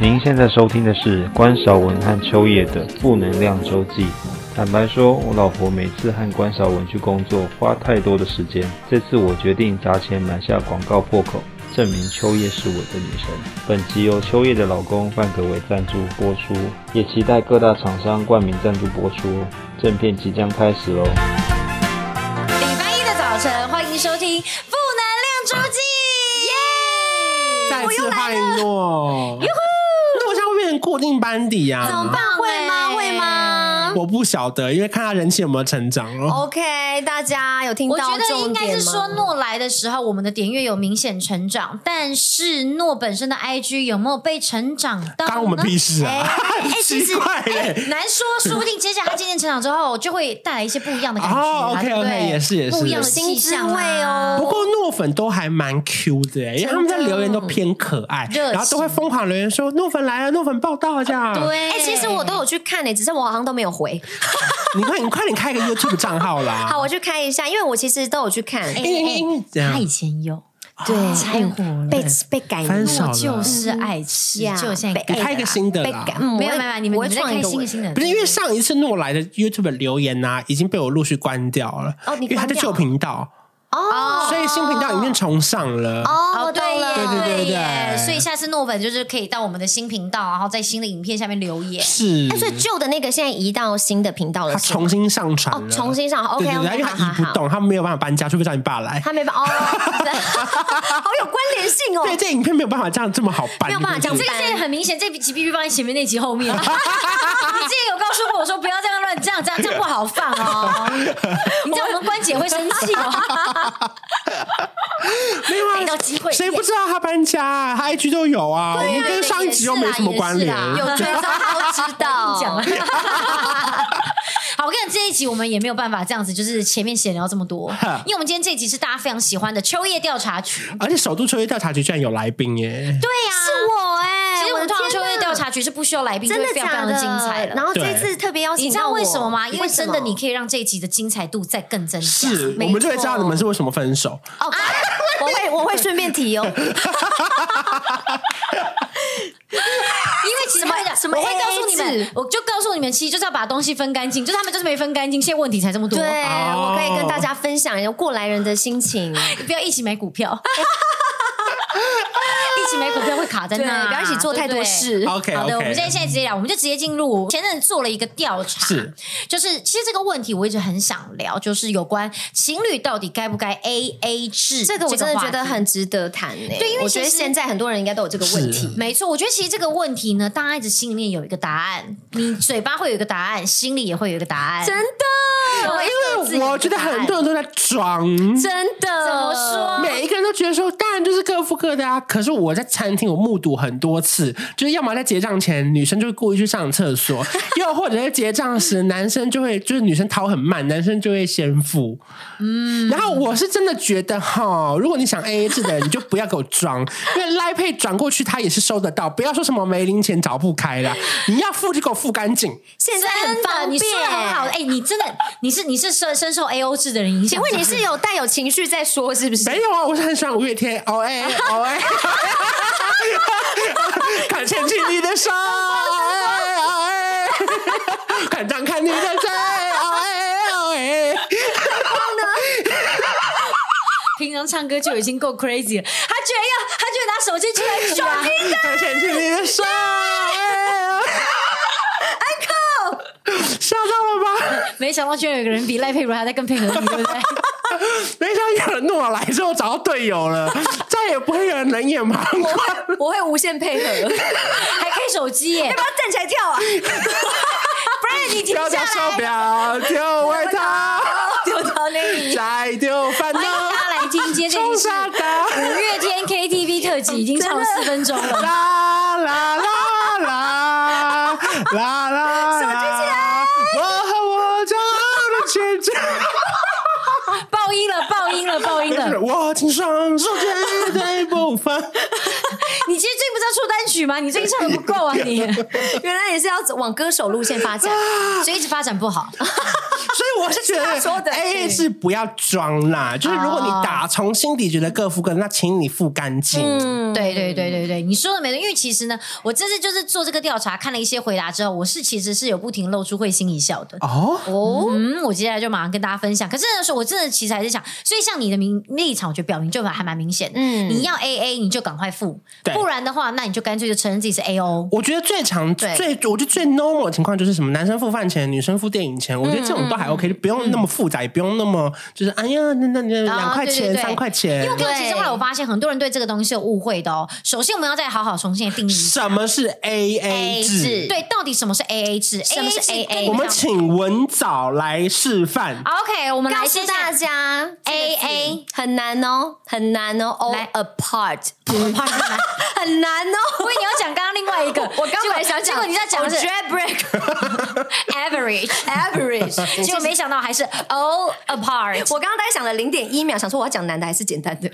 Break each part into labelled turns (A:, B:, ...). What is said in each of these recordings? A: 您现在收听的是关少文和秋叶的《负能量周记》。坦白说，我老婆每次和关少文去工作花太多的时间，这次我决定砸钱买下广告破口，证明秋叶是我的女神。本集由秋叶的老公范可为赞助播出，也期待各大厂商冠名赞助播出哦。正片即将开始喽！
B: 礼拜一的早晨，欢迎收听《负能量周记》，耶！
C: 再
B: 我又
C: 次
B: 来
C: 欢迎我。那我现在会变成固定班底呀、
B: 怎么办？会吗？
D: 欸
B: 会吗
C: 我不晓得，因为看他人气有没有成长哦。
B: ？OK，大家有听
D: 我
B: 到
D: 觉得应
B: 重
D: 该
B: 点
D: 是
B: 吗
D: 说诺来的时候，我们的点阅有明显成长，但是诺本身的 IG 有没有被成长到呢？
C: 关我们屁事啊！
D: 哎其
C: 奇
D: 实
C: 怪嘞、
D: 难说，说不定接下来他渐渐成长之后，就会带来一些不一样的感觉啊。
C: 哦
D: 对不
C: OK，OK，
D: 对
C: 也是也是
D: 不一样的
B: 新
D: 气
B: 滋
D: 象啊
B: 味哦。
C: 不过诺粉都还蛮 Q 的、哎因为他们在留言都偏可爱，
D: 热情
C: 然后都会疯狂留言说诺粉来了，诺粉报道这样。，
D: 对，
B: 哎、其实我都有去看诶、欸只是我好像都没有回。
C: 你快你快点开一个 YouTube 账号啦！
B: 好，我去看一下，因为我其实都有去看。
D: 哎
C: 嗯嗯嗯这
D: 哎哎
C: 样
D: 他以前有，
B: 对，
D: 太火了
B: 被被改名
C: 分手
D: 我
C: 了
D: 就是爱吃，
B: 呀
D: 就现在
B: 被
C: 你开一个新的
B: 被
C: 啦
B: 改，嗯
D: 没有
B: 我
D: 没有，没有你们
B: 我
D: 你们在
B: 创一
D: 开
B: 个
D: 新
B: 我
D: 的新的，
C: 不是因为上一次诺来的 YouTube 留言呐、已经被我陆续关掉了，
B: 哦你关掉
C: 因为他的旧频道，
B: 哦
C: 所以新频道已经重上了。
B: 哦，
D: 哦，
B: 我懂
D: 对耶，
B: 了，
C: 对对对
D: 耶
C: 对
D: 所以下次诺粉就是可以到我们的新频道，然后在新的影片下面留言。
C: 是，
B: 哎，所以旧的那个现在移到新的频道了，
C: 他
B: 是吗
C: 重新上传了
B: 哦，重新上，OK
C: 对对对，
B: OK，
C: 因为
B: 好
C: 他
B: 好
C: 移不
B: 好，
C: 动，他没有办法搬家，除非叫你爸来。
B: 他没 办法，哦，好有关联性哦
C: 对，这影片没有办法这样这么好搬，
B: 没有办法
C: 对
B: 这
C: 不
B: 样
C: 对
D: 这个是很明显，这集必须放在前面那集后 面。你之前有告诉过我说不要这样乱，这样这样这样不好放 哦。你知道我们关姐会生气哦。
C: 没有啊
B: 逮到哎机会
C: 谁不知道他搬家啊？他 IG 都有啊，我 们跟上一集又没什么关联。
D: 也是啊啦。
B: 有绝招都知道
D: 讲了。 好，我跟你讲，这一集我们也没有办法这样子，就是前面闲聊这么多，因为我们今天这一集是大家非常喜欢的秋叶调查局。
C: 而且首都秋叶调查局居然有来宾耶！
B: 啊
D: 对呀、
B: 是我哎，
D: 其实我们通常秋叶调
B: 查
D: 查局是不需要来宾，
B: 真
D: 就会
B: 的
D: 非常非
B: 假
D: 常的精彩的。
B: 然后这
C: 对
B: 次特别邀请，
D: 你知道为什么吗？因为真的，你
B: 以。
D: 可以让这一集的精彩度再更增加。
C: 是，
B: 没
C: 我们就会知道
B: 错
C: 你们是为什么分手。
B: 哦，我会我会顺便提哦，
D: 因为其实会的，
B: 什么
D: 我会告诉你
B: AA
D: 们
B: 制，
D: 我就告诉你们，其实就是要把东西分干净，就是他们就是没分干净，现在问题才这么 多。哦
B: 对，我可以跟大家分享一下过来人的心 情，
D: 不要一起买股票， 一起买股票会卡在那，
B: 对不要一起做太多
D: 对不对
B: 事
C: OK，
D: 好的，
C: OK
D: 我们现在现在直接聊，我们就直接进入前阵子做了一个调查，
C: 是
D: 就是其实这个问题我一直很想聊，就是有关情侣到底该不该 A A 制，
B: 这个我真的觉得
D: 话题
B: 很值得谈诶。
D: 对因为
B: 我觉得
D: 其实
B: 现在很多人应该都有这个问题，
D: 没错，我觉得其实这个问题呢，大家一直心里面有一个答案，你嘴巴会有一个答案，心里也会有一个答案。
B: 真的，
C: 因为我觉得很多人都在装，
B: 真的
D: 怎么说
C: 每一个人都觉得说，当然就是各付各的啊。可是我在餐厅，我目睹很多次，就是要么在结账前，女生就会故意去上厕所；又或者在结账时，男生就会就是女生掏很慢，男生就会先付。嗯，然后我是真的觉得哈，如果你想 A A 制的人，你就不要给我装，因为赖配转过去他也是收得到，不要说什么没零钱找不开啦，你要付就给我付干净。
B: 现在很
D: 真的，
B: 方
D: 你
B: 便。
D: 说的很好。哎、你真的，你是你是深深受 A O 制的人影
B: 请
D: 响。
B: 问你是有带有情绪在说是不是？
C: 没有啊，我是很喜欢五月天。哦哎哦哎， 看牵起你的手，哎哦哎，看张开你的嘴，哦哎哦哎。
D: 平常唱歌就已经够 crazy 了，他居然要他居然拿手机出 来装，
C: 看牵起你的手，哎哦哎吓到了吧？
D: 没想到居然有个人比赖佩如还在更配合你，对不对？
C: 没想到有人弄我来之后找到队友了，再也不会有人冷眼旁观。
B: 我会无限配合，
D: 还开手机 耶、
B: 要站起来跳啊！
D: 不然哎你停
C: 不要
D: 下
C: 再手
D: 来。
C: 表，丢外套，
B: 丢到那里。
C: 再丢烦
D: 欢迎
C: 恼，
D: 大家来听，今天这
C: 冲
D: 一是
C: 沙达。
D: 五月天 KTV 特辑，已经唱了四分钟了。
C: 啦啦啦啦啦啦！手
B: 举起
C: 来！我和我骄傲的前进，
D: 爆音了，爆音了，爆音了！
C: 我请双手绝对不放。
D: 你其实最近不是要出单曲吗？你最近唱的不够啊，你
B: 原来也是要走往歌手路线发展，
D: 所以一直发展不好。
C: 所以我是觉
B: 是他说
C: 得
B: 的
C: A A 制不要装啦，就是如果你打从心底觉得各付各的，那请你付干净。
D: 对对对对对，你说的没错。因为其实呢，我这次就是做这个调查，看了一些回答之后，我是其实是有不停露出会心一笑的。
C: 哦，
D: 哦，嗯，我接下来就马上跟大家分享。可是那时候我真的其实还是想，所以像你的明立场，我觉得表明就还蛮明显的。
B: 嗯
D: 你要 A A 你就赶快付，
C: 对
D: 不然的话，那你就干脆就承认自己是 A O。
C: 我觉得最常
D: 对
C: 最，我觉得最 normal 的情况就是什么，男生付饭钱，女生付电影钱。我觉得这种都还 OK，就不用那么复杂，也不用那么就是哎呀，那那那
D: 啊
C: 两块
D: 对
C: 钱、
D: 对对
C: 三块钱
D: 因为。我其实
B: 对
D: 后来我发现很多人对这个东西是有误会的哦。首先，我们要再好好重新地定义一下，
C: 什么是 A A
B: AA
C: 制
B: 制？
D: 对，到底什么是 A A 制？
B: 什么是
D: AA 制
B: AA
D: 跟
C: 我们请文藻来示
D: 哦
C: 范。
D: OK，我们来
B: 告
D: 谢
B: 诉
D: 谢
B: 大家
D: 谢谢
B: ，A A 很难哦，很难哦，all
D: 来
B: apart
D: 怕是吗
B: 很难哦。
D: 我以为你要讲刚刚另外一个，
B: 我刚
D: 结果
B: 本来想讲，
D: 结果你在讲的是
B: jailbreak
D: average，
B: average，
D: 结果没想到还是哦 all apart。
B: 我刚刚大概想了零点一秒，想说我要讲难的还是简单的。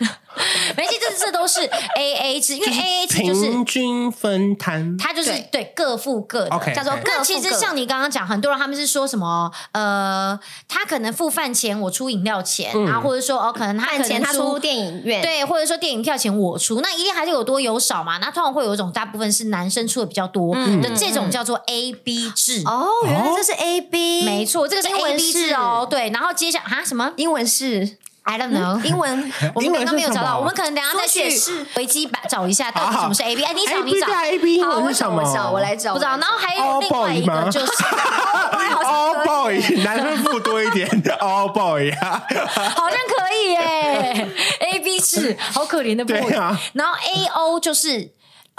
D: 没事，这这都是 A A 制，因为 A A 制就是
C: 平均分摊。
D: 它就是
B: 对
D: 对各付各的。
C: OK，
B: 叫做
D: 那
B: 各
D: 其
B: 付
D: 实
B: 各
D: 像你刚刚讲，很多人他们是说什么？呃，他可能付饭钱，我出饮料钱，
C: 嗯
D: 然后或者说哦，可能他可
B: 饭
D: 能
B: 钱他出电影院，
D: 对，或者说电影票钱我出，那一定还是有多有少嘛。那通常会有一种大部分是男生出的比较多的这种叫做 A B 制。
B: 哦，原来这是 A B，
D: 没错，这个是
B: 英
D: A
B: 文
D: B
B: 是
D: 制哦，对。然后接下啊什么
B: 英文是
D: I don't know，
B: 英文
D: 我
C: 嗯
D: 们
C: 英文
D: 刚
C: 是
D: 刚没有找
C: 什么
D: 到，我们可能等一下
B: 缩
D: 再
B: 写
D: 去
B: 是
D: 维基百找一下到底
C: 好好
D: 什么是 A B。哎，你找
C: A
D: 你
C: B
D: 找，
C: 对啊 A B 英
B: 好，
C: 文
B: 我
C: 是什
B: 找
C: 么？
B: 我找，我来找，
D: 不知道。然后还有
C: All
D: 另外一
C: boy 哦吗
D: 个就是 哎
C: All Oh boy，男生付多一 点的 All boy 啊，
D: 好像可以耶 ，A B 制，好可怜的 boy
C: 对啊
D: 然后 A O 就是。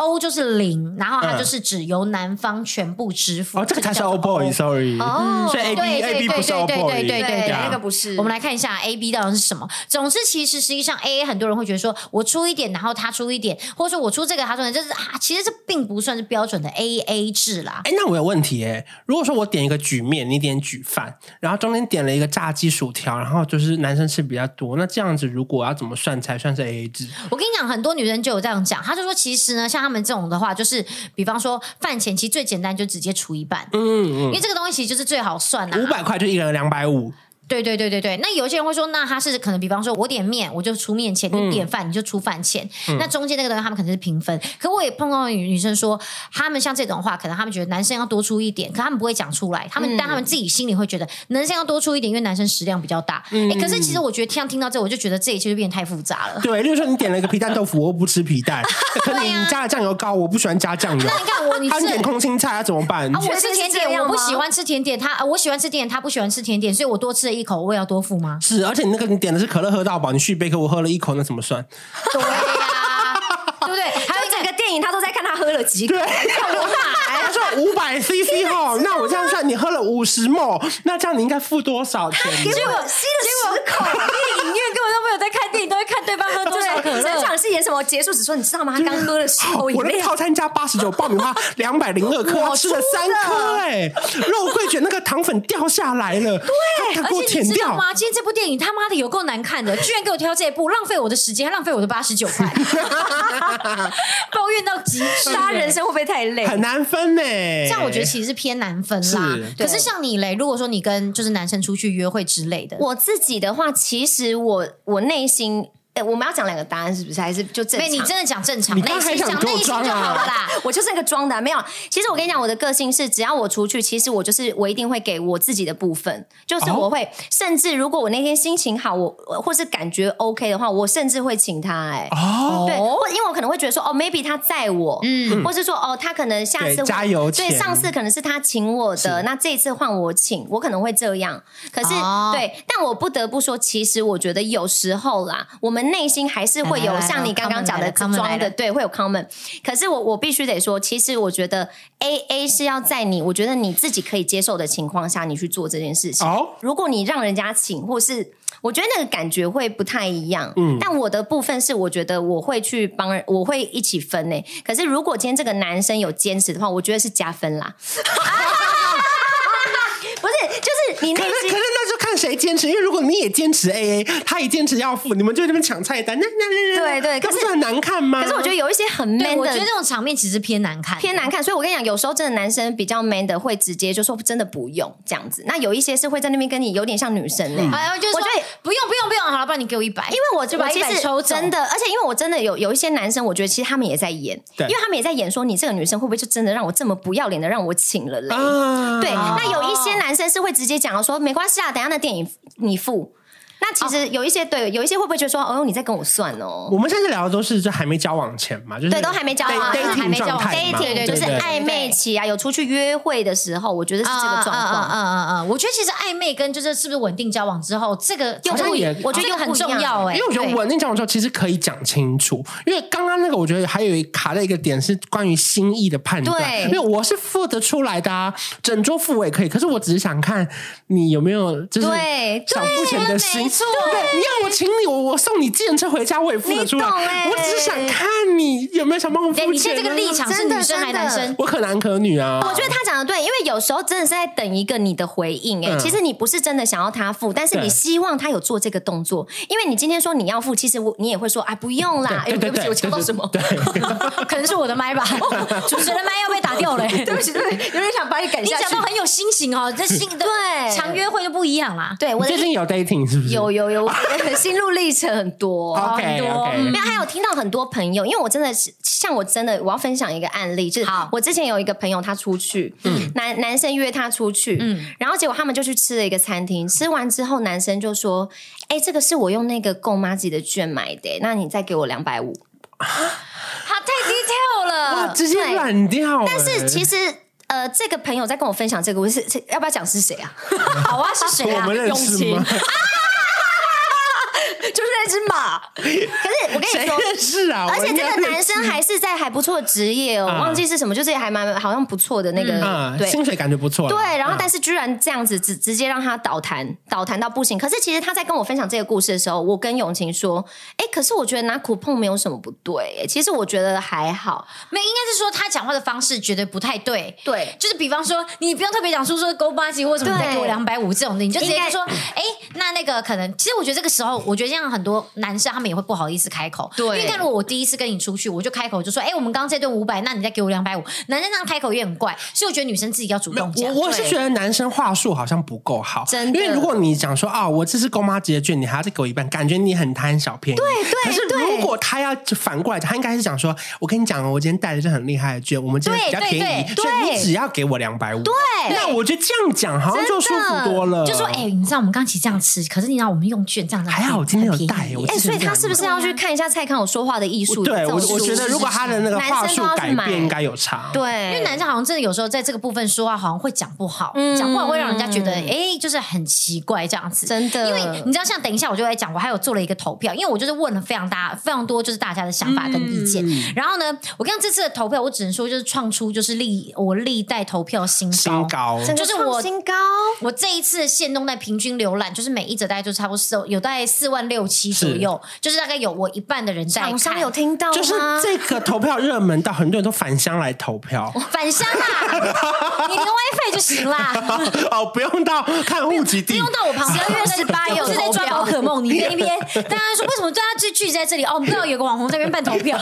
D: O 就是零，然后它就是只由男方全部支
C: 嗯
D: 付。
C: 哦，这个才是
D: 叫做 Oh
C: All boy，sorry。
B: 哦
C: 所以 A B
D: 对
C: A
D: 对
C: B
D: 对
C: 不是 All
D: 对对
C: boy，
D: 对对对
C: 啊
B: 那个不是，
D: 我们来看一下 A B 到底是什么。总之，其实实际上 A A 很多人会觉得说，我出一点，然后他出一点，或者说我出这个，他出那个，就是啊，其实这并不算是标准的 A A 制啦。
C: 哎，那我有问题哎。如果说我点一个举面，你点举饭，然后中间点了一个炸鸡薯条，然后就是男生吃比较多，那这样子如果要怎么算才算是 A A 制？
D: 我跟你讲，很多女人就有这样讲，她就说，其实呢，像他们这种的话，就是比方说饭钱，其实最简单就直接除一半，
C: 嗯
D: 因
C: 嗯，
D: 为这个东西其实就是最好算啦、啊
C: 五百块就一个人两百五，
D: 对对对对对，那有些人会说，那他是可能，比方说我点面，我就出面钱；
B: 嗯
D: 你点饭，你就出饭钱。那中间那个东西，他们可能是平分。可我也碰到女女生说，他们像这种的话，可能他们觉得男生要多出一点，可他们不会讲出来，
B: 嗯
D: 他们、但他们自己心里会觉得男生要多出一点，因为男生食量比较大。哎、
B: 嗯
D: 可是其实我觉得，像听到这，我就觉得这一切就变得太复杂了。
C: 对，例如说你点了一个皮蛋豆腐，我又不吃皮蛋，可你加了酱油膏，我不喜欢加酱油。
D: 那你看我，你
C: 他
D: 是
C: 点空心菜要怎么办？
D: 啊，我吃甜
B: 确定是这
D: 点，
B: 样
D: 我
B: 吗
D: 不喜欢吃甜点，他、呃我喜欢吃甜点，他不喜欢吃甜点，所以我多吃了一口，我也要多付吗？
C: 是，而且你那个你点的是可乐喝到饱，你续杯可我喝了一口，那怎么算？
D: 对呀、对不对？
B: 还
D: 还有
B: 有
D: 一个
B: 整个电影他都在看他喝了几口，
D: 哎
C: 他说五百 CC 吼，那我这样算你喝了五十沫，那这样你应该付多少钱？
B: 结果吸了十口，
D: 电影院根本都没有在看电影，都在看 对哦方喝多少可
B: 对，整
D: 乐。
B: 场是演什么结束只说你知道吗？他刚喝了十口饮
C: 我那个
B: 料
C: 套。餐加八十九爆米花两百零二克，他吃了三颗哎、肉桂卷那个糖粉掉下来了，对他给我
D: 而且
C: 舔
D: 你知道
C: 掉。
D: 吗？今天这部电影他妈的有够难看的，居然给我挑这一部，浪费我的时间，还浪费我的八十九 块，抱怨到极致。
B: 大家人生会不会太累？
C: 很难分哎呢、
D: 这样我觉得其实是偏难分啦
C: 是。
D: 可是像你嘞，如果说你跟就是男生出去约会之类的，
B: 我自己的话，其实我我内心，哎、我们要讲两个答案是不是？还是就正
D: 没
B: 常？
D: 你真的讲正常，
C: 你
D: 内
C: 刚
D: 心
C: 还想
D: 讲
C: 给我
D: 内心
C: 装
D: 就好
C: 啊
D: 了 啦。
B: 我就是那个装的啊、没有。其实我跟你讲，我的个性是，只要我出去，其实我就是我一定会给我自己的部分，就是
C: 哦
B: 我会，甚至如果我那天心情好，我或是感觉 OK 的话，我甚至会请他、哎、
C: 哦，
B: 对，或因为我可能会觉得说，哦，maybe 他载我，嗯，或是说，哦，他可能下次
C: 对
B: 会
C: 加油
B: 对，
C: 钱
B: 上次可能是他请我的，那这一次换我请，我可能会这样。可是，
D: 哦
B: 对，但我不得不说，其实我觉得有时候啦，我们内心还是会
D: 来
B: 有
D: 来来
B: 像你刚刚
D: comment
B: 讲
D: 来
B: 的
D: 了，comment 来
B: 装的，
D: 了
B: 对，会有 common。可是我我必须得说，其实我觉得 A A 是要在你我觉得你自己可以接受的情况下，你去做这件事情。
C: 哦
B: 如果你让人家请，或是我觉得那个感觉会不太一样。嗯，但我的部分是，我觉得我会去帮人，我会一起分诶、可是如果今天这个男生有坚持的话，我 觉得是加分啦。不是，就是你内
C: 可是可是
B: 心。
C: 那就看看谁坚持。因为如果你也坚持 A A，他也坚持要付，你们就在那边抢菜单，那那那那
B: 对对
C: 那
B: 可
C: 不
B: 是
C: 是很难看吗？
B: 可是我觉得有一些很 man
D: 对，我
B: 的
D: 觉得这种场面其实偏难看，
B: 偏难看，所以我跟你讲，有时候真的男生比较 man 的会直接就说真的不用这样子。那有一些是会在那边跟你有点像女生嘞、
D: 哎。还有就是
B: 我
D: 说
B: 觉得，
D: 不用不用不用，好了，不然你给我一百，因
B: 因为我
D: 就把
B: 我其
D: 一百
B: 实
D: 抽走
B: 真的，而且因为我真的有有一些男生，我觉得其实他们也在演，
C: 对
B: 因为他们也在演说你这个女生会不会就真的让我这么不要脸的让我请了嘞？
C: 啊，
B: 对，那有一些男生是会直接讲说没关系啊，等一下那电影你付。那其实有一些、对，有一些会不会觉得说哦，你在跟我算哦
C: 我们现在聊的都是就还没交往前嘛，就是
B: 对都还没交往
C: date-
B: 还
C: dating
D: 没交
C: 状
D: 往
C: 态嘛，
D: 对
B: ？dating
D: 对对
B: 就是
C: 对
B: 暧昧期啊，有出去约会的时候，我觉得是这个状况。
D: 嗯嗯嗯，我觉得其实暧昧跟就是是不是稳定交往之后，这个
B: 又
D: 好像
B: 不一
D: 也
B: 我觉得
D: 这个
B: 又
D: 很
B: 不一样
D: 重要哎
C: 因为。我觉得
B: 对
C: 稳定交往之后，其实可以讲清楚。因为刚刚那个，我觉得还有一卡在一个点是关于心意的判断。
B: 对
C: 因为我是付得出来的啊，整桌付我也可以。可是我只是想看你有没有就是
B: 对
C: 想付钱的心。
D: 对没错
C: 对，你要我请你，我我送你计程车回家，我也付得出来。
B: 你懂哎欸
C: 我只是想看你有没有想帮我付
D: 对，
C: 钱、啊。
D: 你现在这个立场是女生还
B: 真
D: 是男
B: 的真
D: 生？
C: 我可男可女啊。
B: 我觉得他讲的对，因为有时候真的是在等一个你的回应、哎、
C: 嗯
B: 其实你不是真的想要他付，但是
C: 对
B: 你希望他有做这个动作，因为你今天说你要付，其实我你也会说啊，不用啦，哎、
C: 对
B: 对
C: 对
B: 不
C: 对，
B: 起，我讲到什 么？
C: 对对对
D: 可能是我的麦吧，主持人的麦要被打掉了。对不起，对不起，
B: 有点想把你赶
D: 你讲到很有心情哦，这心
B: 对
D: 常约会就不一样啦。
B: 对，我
C: 你
B: 的
C: 最近有 dating 是不是？
B: 有有有，我的心路历程很 多。
C: OK
D: 很多
C: OK，
B: 没有，还有听到很多朋友，因为我真的是像我真的，我要分享一个案例，就是
D: 好
B: 我之前有一个朋友，他出去，
C: 嗯
B: 男男生约他出去，然后结果他们就去吃了一个餐厅，吃完之后，男生就说：“哎、这个是我用那个购妈自己的券买的、那你再给我两百五。呃
D: 他太 detail
C: 哇，
D: 了，
C: 直接
B: 对
C: 软掉欸、”
B: 但是其实。呃，这个朋友在跟我分享这个，我是是要不要讲是谁 啊？
D: 好啊，是谁
C: 我
D: 啊？
C: 们认
D: 永
C: 识吗
D: 晴，？
B: 就是那只马。可是我跟你
C: 谁
B: 说，
C: 认识啊？
B: 而且
C: 我应
B: 这
C: 该
B: 个男生还是在还不错的职业哦，
C: 啊
B: 忘记是什么，就是还蛮好像不错的那个，
C: 啊，
B: 对。
C: 薪水感觉不错啦。
B: 对，然后
C: 啊
B: 但是居然这样子直直接让他倒弹，倒弹到不行。可是其实他在跟我分享这个故事的时候，我跟永晴说：“哎，可是我觉得拿苦碰没有什么不对，其实我觉得还好。
D: 没有，应该是说他讲话的方式觉得不太对。
B: 对
D: 就是比方说，你不用特别讲出说勾巴吉或什么，
B: 对
D: 再给我两百五这种的，你就直接
B: 应该
D: 就说，哎，那那个可能，其实我觉得这个时候，我觉得这样很多男生他们也会不好意思开口。
B: 对
D: 因为看如果我第一次跟你出去，我就开口就说，哎，我们刚刚这顿五百，那你再给我两百五，男生这样开口也很怪，所以我觉得女生自己要主动讲。
C: 我我是
D: 对
C: 觉得男生话术好像不够好，
B: 真的
C: 因为如果你讲说啊，我这是公妈级的券，你还要再给我一半，感觉你很贪小便宜。对
B: 对
C: 可是如果他要反过来，他应该是讲说，我跟你讲哦，我今天带的是很厉害的券，我们今天比较
D: 对对
C: 便宜，
D: 对
C: 所以
B: 对
C: 你只要给我两百五。对，
B: 对
C: 那我觉得这样讲好像就舒服多了。
D: 就说，哎，你知道我们刚刚其实这样吃，可是你知道我们用券这样子，
C: 还好我今天有带我
B: 哎，
C: 是
B: 所以
C: 这样
B: 他是不是
C: 吗
B: 要去看一下蔡康永说话的艺术？
C: 对我
B: 这种
C: 我觉得如果他的那个话
B: 男
C: 术改
B: 生都要去买
C: 变，应该有差。
B: 对，
D: 因为男生好像真的有时候在这个部分说话好像会讲不好，讲不好会让人家觉得哎、诶就是很奇怪这样子。
B: 嗯真的
C: 嗯
D: 因为你知道，像等一下我就来讲，我还有做了一个投票，因为我就是问了非常大、非常多就是大家的想法跟意见。
C: 嗯
D: 然后呢，我看这次的投票，我只能说就是创出就是历我历代投票新高。
C: 新高，
B: 整个
D: 就是我
B: 创新高，
D: 我这一次限动在平均浏览，就是每一则大概就差不多四有大概四万六七左右，就是大概有我一半的人在看。
B: 厂商有听哦到吗？
C: 就是这个投票热门到很多人都返乡来投票。
D: 返乡啦，你连 WiFi 就行啦。
C: 哦，不用到看户籍
D: 不
C: 地
D: 用，到我旁边，
B: 12月18有
D: 不是在抓宝可梦，你在那 边，大家说为什么大家聚聚集在这里？哦，我们知道有个网红在那边办投票，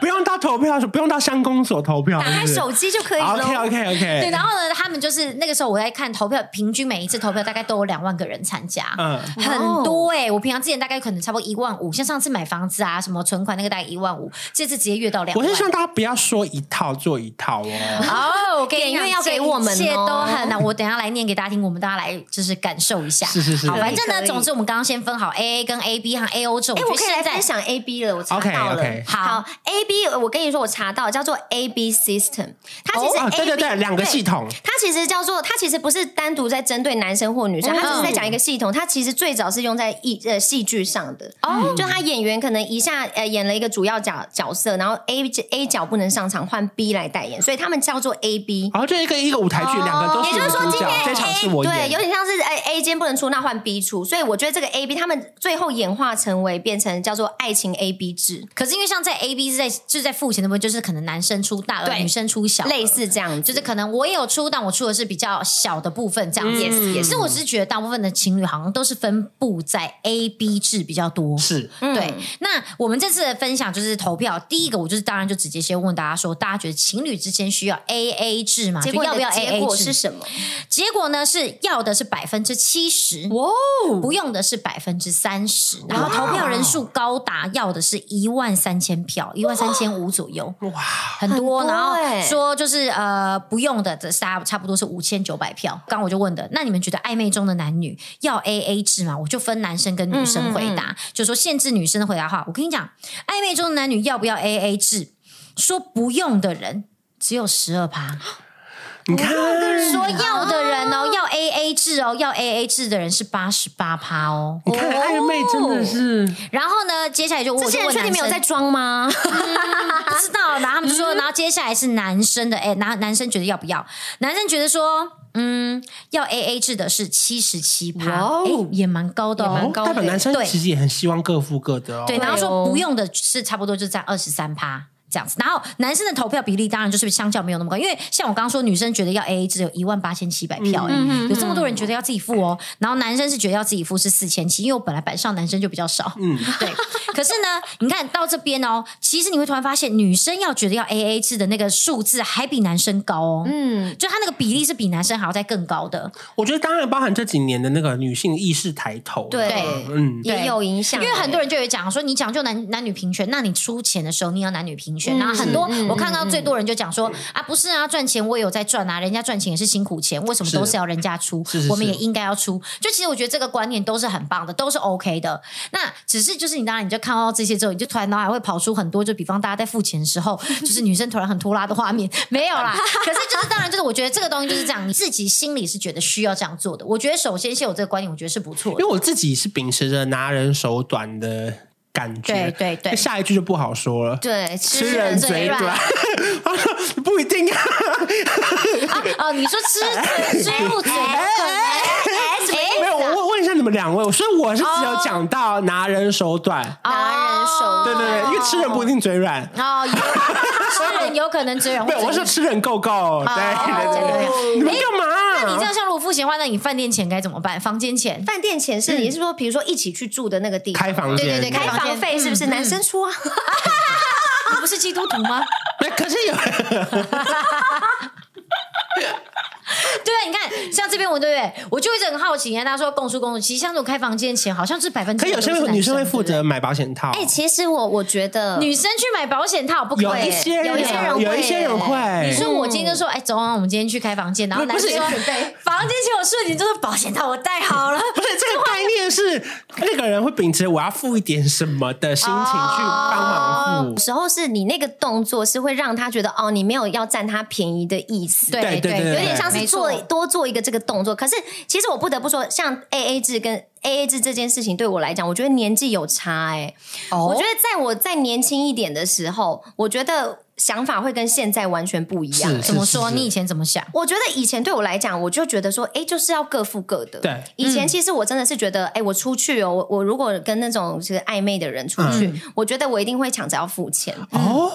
C: 不用到投票，不用到乡公所投票，
B: 打开手机就可以了。
C: 啊 OK OK
D: 对，
C: OK，
D: 然后呢，他们就是那个时候我在看投票，平均每一次投票大概都有两万个人参加，
C: 嗯
D: 很多哎、我平常之前大概可能差不多一万五，像上次买房子啊，什么存款那个大概一万五，这次直接越到两
C: 我
D: 万。
C: 是希望大家不要说一套做一套哦。
D: 哦，
B: 点阅要给我们哦
D: 一切都很难。我等一下来念给大家听，我们大家来就是感受一下。
C: 是是是
D: 好，反正
B: 可
D: 呢，
B: 以
D: 总之我们刚刚先分好 A A 跟 A B 和 A O 这
B: 哎、
D: 种。
B: 我可以来
D: 觉得现在
B: 分享 A B 了，我查
C: OK，
B: 到了。
C: OK
B: 好，A B，我跟你说，我查到叫做 A B System，它其实 A B、
C: 哦，对对对，两个系。统，
B: 它其实叫做，它其实不是单独在针对男生或女生，
D: 哦
B: 它只是在讲一个系统。它其实最早是用在艺呃戏剧上的，哦，就他演员可能一下呃演了一个主要角角色，然后 A A 角不能上场，换 B 来代言，所以他们叫做 A B。
C: 然后就一个一个舞台剧，
D: 哦
C: 两个都是
B: 也就是说，
C: 女主
B: 今
C: 角
B: 天，
C: 这场是
B: A
C: 我
B: 对，有
C: 演。
B: 点像是哎 A 间不能出，那换 B 出，所以我觉得这个 A B 他们最后演化成为变成叫做爱情 A B 制，
D: 可是因为像在 A B 是在就是在付钱的部分，就是可能男生出大额，
B: 对
D: 女生出小额，
B: 类似这样子，
D: 就是可能我也有出，但我出的是比较小的部分，这样子。也是，也是。我只是觉得大部分的情侣好像都是分布在 A、B 制比较多。
C: 是
B: 嗯
D: 对，那我们这次的分享就是投票，第一个我就是当然就直接先问大家说，大家觉得情侣之间需要 A A 制吗？
B: 结果
D: 就要不要
B: 你
D: A
B: 的结
D: A
B: 果
D: 制？
B: 是什么？
D: 结果呢是要的是百分之七十，
B: 哇哦，
D: 不用的是百分之三十，然后投票人数高达要的是一万三千票，一万三千五左右。
C: 哇，
D: 很多，
B: 很多
D: 然后
B: 欸
D: 说就是呃不用的，这差差不多是五千九百票。刚刚我就问的，那你们觉得暧昧中的男女要 A A 制吗？我就分男生跟女生回
B: 嗯
D: 答，就说限制女生的回答的话，我跟你讲，暧昧中的男女要不要 A A 制？说不用的人只有十二趴，
C: 你看，
B: 嗯
D: 说要的人
B: 啊
D: 哦，要 A A 制哦，要 A A 制的人是八十八趴哦。
C: 你看暧昧真的是
D: 然后呢，接下来就我
B: 这
D: 就
B: 些人
D: 问
B: 确定
D: 男
B: 没有
D: 生
B: 在装吗？
D: 不知道。然后他们就说，然后接下来是男生的，哎、男男生觉得要不要？男生觉得说，嗯，要 A A 制的是七十七趴，
B: 哇
D: 哎、
B: 哦
D: 也蛮高的哦。
C: 代表男生
D: 对
C: 其实也很希望各付各的哦。
D: 对，然后
B: 对哦
D: 说不用的是差不多就占二十三趴。这样子，然后男生的投票比例当然就是相较没有那么高，因为像我刚刚说，女生觉得要 A A 制有一万八千七百票、哎、有这么多人觉得要自己付哦，然后男生是觉得要自己付是四千七，因为我本来板上男生就比较少，
C: 嗯，
D: 对，可是呢，你看到这边哦，其实你会突然发现，女生要觉得要 A A 制的那个数字还比男生高哦，嗯，就他那个比例是比男生还要再更高的，
C: 我觉得当然包含这几年的那个女性意识抬头。
B: 对
C: 嗯，
D: 对
B: 也有影响，
D: 因为很多人就有讲说，你讲究男男女平权，那你出钱的时候你要男女平
C: 嗯
D: 权，然后很多我看到最多人就讲说啊，不是啊，赚钱我也有在赚啊，人家赚钱也是辛苦钱，为什么都
C: 是
D: 是要人家出
C: 是是是，
D: 我们也应该要出。就其实我觉得这个观念都是很棒的，都是 OK 的。那只是就是你当然你就看到这些之后，你就突然脑海会跑出很多，就比方大家在付钱的时候， 就是女生突然很拖拉的画面， 没有 啦。可是就是当然就是我觉得这个东西就是这样，你自己心里是觉得需要这样做的。我觉得首先先有这个观念，我觉得是不错
C: 因
D: 的
C: 为。我自己是秉持着拿人手短的感觉，
D: 对对对
C: 下一句就不好说了。
B: 对
C: 吃人嘴
B: 软
C: 短， 不一定啊。
D: 哦，你说吃嘴追入嘴
B: 哎哎 哎什么意思啊
C: 没有，我问问一下你们两位，所以我是只有讲到拿人手短，
B: 拿人手
C: 对对对，因为吃人不一定嘴软。
D: 哦，有吃人有可能嘴软，
C: 没有，我
D: 或者
C: 是吃人够够，对对对对，你们干
D: 那你这
C: 嘛？啊
D: 样像如果付钱的话，那你饭店钱该怎么办？房间钱？
B: 饭店前是你是说，比如说一起去住的那个地方，
C: 嗯开房间
B: 对对对，
C: 开
B: 开
D: 房间
B: 房费是不是男生出啊？
D: 你不是基督徒吗？
C: 那可是有
D: 对啊，你看像这边我对不对？我就一直很好奇，人家说共出共入，其实像这种开房间钱好像是百分之，
C: 可有些女生会负。责买保险套，
B: 哎，其实我我觉得
D: 女生去买保险套不可以，
C: 有一些
B: 有一些人
C: 人
B: 会
C: 有一些人
D: 你
C: 会。
D: 说我今天就说，哎，总啊，我们今天去开房间，然后男生说
C: 不是
D: 房间钱我瞬间就是保险套我带好了，
C: 不是这个概念是那个人会秉持我要付一点什么的心情去帮忙付
B: 有，时候是你那个动作是会让他觉得哦，你没有要占他便宜的意思，
C: 对对
D: 对，
C: 对
B: 有点像是
D: 没
B: 做
D: 错
B: 多做一个这个动作。可是其实我不得不说，像 A A 制跟 A A 制这件事情对我来讲，我觉得年纪有差哎、
C: 哦
B: 我觉得在我再年轻一点的时候，我觉得想法会跟现在完全不一样。
C: 是
D: 怎么说？
C: 是是
D: 你以前怎么想？
B: 我觉得以前对我来讲，我就觉得说，哎，就是要各付各的。
C: 对
B: 以
D: 嗯
B: 前其实我真的是觉得，哎，我出去哦，我我如果跟那种就是暧昧的人出去，我觉得我一定会抢着要付钱。
C: 哦，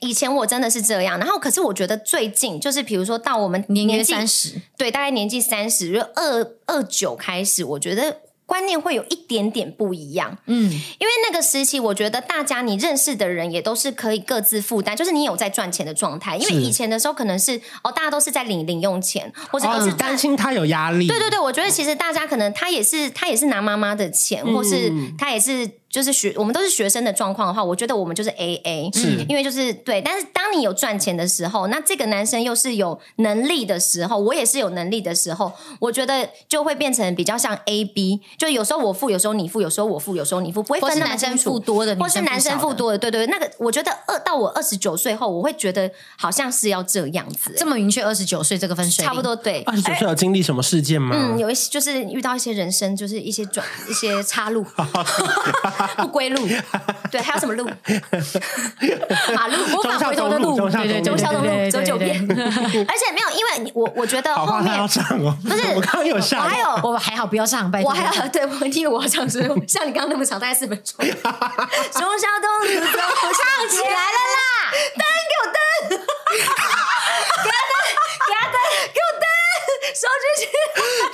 B: 以前我真的是这样，然后可是我觉得最近就是，比如说到我们
D: 年约
B: 纪
D: 三十，
B: 对，大概年纪三十，就二二九开始，我觉得观念会有一点点不一样。因
D: 嗯，
B: 为那个时期，我觉得大家你认识的人也都是可以各自负担，就是你有在赚钱的状态。因为
C: 是
B: 以前的时候，可能是哦，大家都是在领零用钱，或者都
C: 哦，
B: 是
C: 你
B: 赚
C: 担心他有压力，
B: 对对对，我觉得其实大家可能他也是他也是拿妈妈的钱，或是
D: 嗯
B: 他也是就是学我们都是学生的状况的话，我觉得我们就是 A A，
C: 是
B: 因为就是对。但是当你有赚钱的时候，那这个男生又是有能力的时候，我也是有能力的时候，我觉得就会变成比较像 A B，就有时候我付，有时候你付，有时候我付，有时候你付，不会
D: 或
B: 分
D: 是
B: 那么
D: 男
B: 清
D: 生
B: 楚。
D: 付多的，
B: 或是
D: 女
B: 男生
D: 少
B: 付
D: 的
B: 多的，对对对，那个我觉得二到我二十九岁后，我会觉得好像是要这样子、
D: 这么明确，二十九岁这个分水岭啊
B: 差不。多对，
C: 二十九岁有经历什么事件吗？
B: 嗯，有一些就是遇到一些人生，就是一些转一些岔路，不归路。对，还有什么 路？马路，无法
C: 中
B: 回
C: 孝
B: 头的
C: 东
B: 路
C: 路，中孝
D: 对对
C: 东
B: 中
C: 路
B: 孝东路
D: 对对对
B: 走九
D: 对
B: 遍。 而且没有，因为我我觉得
C: 好
B: 后
C: 怕他
B: 面
C: 要上哦，
B: 不是
C: 我刚刚有
B: 我
C: 上，
B: 还有
D: 哦我还好不要上，拜
B: 我
D: 托。
B: 还要对，我因为我好想说，像你刚刚那么长，大概四分 钟。中山东路走，唱
D: 起来了啦！
B: 给我灯，手举起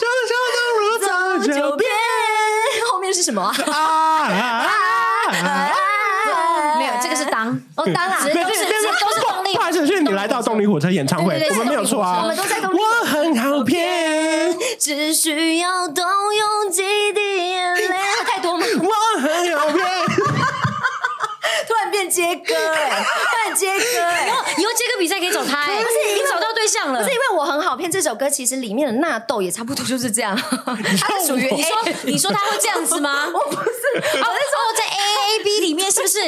C: 中孝东路走九遍
B: 遍。后面是什么啊？
C: 啊啊！啊
D: 没有，这个是当
B: 哦，当啦，
D: 没有都是都是动力
C: 不好意思，是你来到动力火车演唱会
D: 对对，对
C: 我们没有错啊，
B: 我们都在动力火车
C: 我很好骗，
B: 只需要动用几滴眼泪，太多吗？
C: 我很好骗，
B: 突然变接歌哎、突然接歌哎、
D: 以后这个比赛可以找他、欸，
B: 不是
D: 已经
B: 因为
D: 找到对象了
B: 不是。因为我很好骗，这首歌其实里面的纳豆也差不多就是这样， 它是属于
D: 你说你说他会这样 子吗？哦我不是，我是说在 A A B 里面是不是？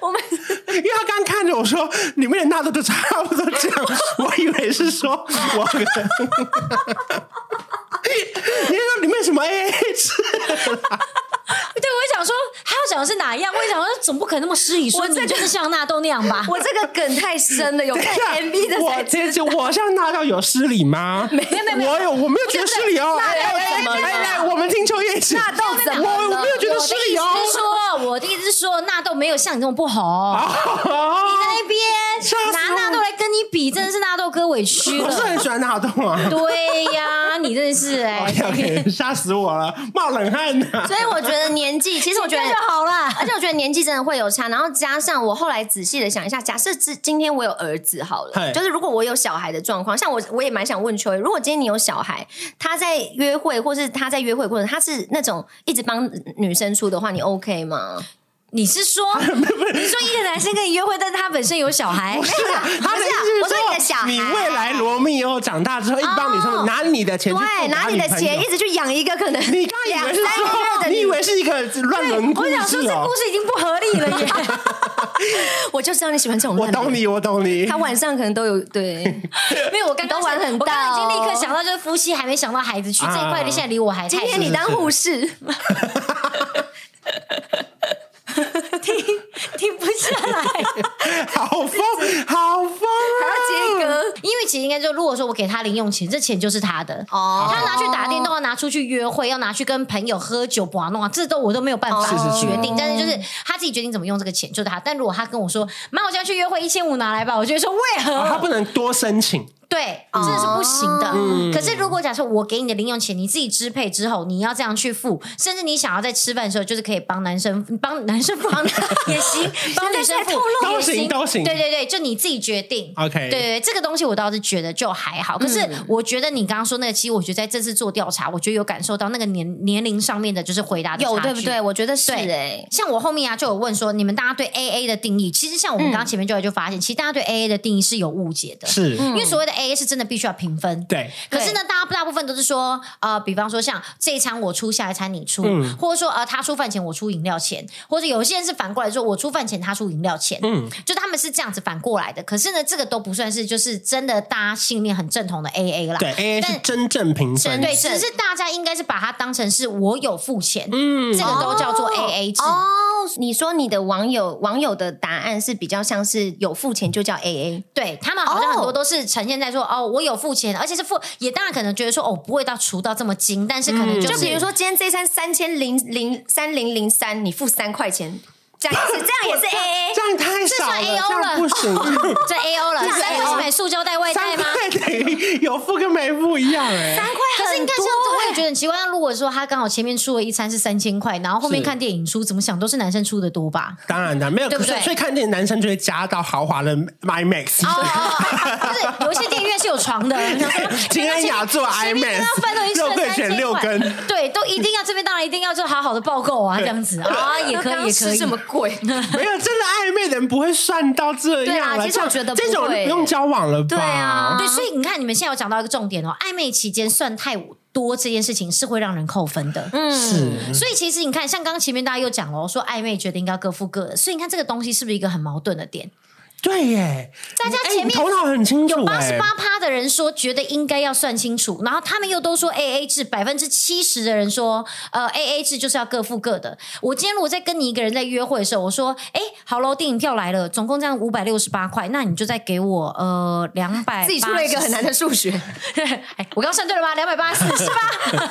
B: 我们
C: 因为他刚看着我说里面的纳豆就差不多这样，我以为是说我很。你说里面什么 A A 制？
D: 对，我也想说他要讲的是哪样？我也想说总不可能那么失礼，说
B: 我这个
D: 你就是像纳豆那样吧？
B: 我这个梗太深了，有看 MV 的
C: 我
B: 才
C: 这这我像纳豆有失礼吗？没
D: 有没有
C: 我有我没有觉得失礼哦。
B: 纳豆
C: 哎哎
B: 怎么了
C: 哎哎，我们听秋叶起，
B: 纳豆怎么
C: 我
B: 了
C: 我没有觉得失礼哦
D: 我。的意思
B: 啊
D: 是说，啊我的意思是说，纳豆没有像你这么不红。
C: 哦
D: 你在那边
C: 吓死
D: 拿
C: 我
D: 纳豆来跟你比，真的是纳豆哥委屈
C: 我是
D: 了。
C: 很喜欢纳豆啊。
D: 对呀，你真的是哎、
C: 哦 OK，吓死我了，冒冷汗呐、
B: 所以我觉得年纪，其实我觉得
D: 这样就好了。
B: 而且我觉得年纪真的会有差，然后加上我后来仔细的想一下，假设今今天我有儿子好
C: 嗨
B: 了，就是如果我有小孩的状况，像我我也蛮想问秋叶，如果今天你有小孩，他在约会或是他在约会过程，他是那种一直帮女生出的话，你 OK 吗？
D: 你是说，你说一个男生跟你约会，但是他本身有小孩，哎
C: 不是啊，他的意思
B: 我说你的
C: 是
B: 小孩啊
C: 说，你未来罗密欧长大之后，一直帮女生拿你的钱去
B: 对，
C: 付
B: 拿你的钱一
C: 一
B: 直去养一个可能
C: 你刚以
B: 两
C: 为是
B: 三个月
C: 说，
B: 的
C: 你
B: 女
C: 以为是一个乱伦故
D: 我想
C: 事
D: 说这
C: 哦
D: 故？事已经不合理了耶。
B: 我就知道你喜欢这种
C: 我
B: 烂的人
C: 懂。你，我懂你
B: 他。晚上可能都有 对，
D: 没有，我刚刚
B: 都玩很
D: 我刚
B: 大哦
D: 刚已经立刻想到就是夫妻，还没想到孩子去这一块，
C: 啊
D: 现在离我还
B: 今
D: 太
B: 天
D: 远。
B: 你当护士，
D: 停不下来。
C: 好疯，好疯啊！
B: 还要接歌
D: 因为其实应该就，如果说我给他零用钱，这钱就是他的。
B: 哦
D: 他拿去打电动，要拿出去约会，要拿去跟朋友喝酒、玩弄啊，这都我都没有办法
C: 哦是是是
D: 决定。但是就是他自己决定怎么用这个钱，就是他。但如果他跟我说：“妈，我今天去约会，一千五拿来吧。”我就会说：“为何？”
C: 啊他不哦能多申请，
D: 对，这是不行的。
C: 嗯
D: 可是如果假设我给你的零用钱，你自己支配之后，你要这样去付，甚至你想要在吃饭的时候，就是可以帮男生帮男生付也行，帮女生
B: 现在在透
D: 付
B: 露
D: 也
C: 都行都行
D: 对对对，就你自己决定。
C: OK
D: 对对对，这个东西我倒是觉得就还好。可是
B: 嗯
D: 我觉得你刚刚说那个，其实我觉得在这次做调查，我觉得有感受到那个年年龄上面的，就是回答的
B: 有
D: 差距
B: 对不对？？我觉得是
D: 对
B: 哎，
D: 像我后面啊，就有问说，你们大家对 A A 的定义，其实像我们
B: 嗯
D: 刚刚前面就有就发现，其实大家对 A A 的定义是有误解的，
C: 是
D: 因为所谓的 A A 是真的必须要平分。
C: 对
D: 可是呢，大家大部分都是说，呃，比方说像这一餐我出，下一餐你出，
C: 嗯
D: 或者说呃他出饭钱我出饮料钱，或者有些人是反过来说我出饭钱他出饮料钱，嗯，就他们是这样子反过来的。可是呢，这个都不算是就是真的大家信念很正统的 A A 啦，
C: 对 A A
D: 但
C: 是真正平分，
D: 对，只是大家应该是把它当成是我有付钱，嗯，这个都叫做 A A 制。
B: 哦，你说你的网友网友的答案是比较像是有付钱就叫 A A，
D: 对他们好像
B: 哦
D: 很多都是呈现在说哦我有付钱，而且是付，也当然可能觉得说哦，不会到除到这么精，但是可能就是、
B: 嗯就比如说今天这一餐三千零零三零零三，你付三块钱，这样也是这 样也是 A A，
C: 这样太少了，
D: 这算 AO
C: 这样不行，
D: 这 A O 了，
C: 这是
D: 三
C: AO
D: 块是买塑胶袋外带
C: 三
D: 吗？
C: 块等于有付跟没付一样哎。
D: 可是你看，像
B: 欸
D: 这我也觉得很奇怪。那如果说他刚好前面出了一餐是三千块，然后后面
C: 是
D: 看电影出，怎么想都是男生出的多吧？
C: 当然的，没有，
D: 对不
C: 所以
D: 对
C: 所以看见男生就会加到豪华的 My Max，、
D: 哦哦，哦就是有一些电影院是有床的，你想说
C: 情人雅座
D: 前
C: IMAX
D: 面刚刚翻到一次
C: 肉桂
D: 三千
C: 卷六
D: 块
C: 根，
D: 对，都一定要这边当然一定要就好好的报购啊，这样子啊，也可
B: 刚
D: 以，
B: 刚
D: 也可
B: 吃
D: 以
B: 这。么贵，
C: 没有，真的暧昧的人不会算到这
B: 对
C: 样
B: 啊
C: 了。
B: 其实
C: 这样
B: 我觉得不
C: 这种
B: 会
C: 不用交往了吧？
B: 对啊
D: 对，所以你看，你们现在有讲到一个重点哦，暧昧期间算太多这件事情是会让人扣分的。嗯，
C: 是
D: 所以其实你看，像刚刚前面大家又讲了，说暧昧决定要各付各的，所以你看这个东西是不是一个很矛盾的点？
C: 对耶，
D: 大家
C: 哎
D: 前面
C: 你头脑很清楚
D: 有八
C: 哎
D: 十八趴的人说觉得应该要算清楚，然后他们又都说 A A 制，百分之七十的人说，呃，A A 制就是要各付各的。我今天如果在跟你一个人在约会的时候，我说，哎，好喽，电影票来了，总共这样五百六十八块，那你就再给我呃两 百，
B: 自己出了一个很难的数学，
D: 哎，我刚算对了吗？两百八十 是吧？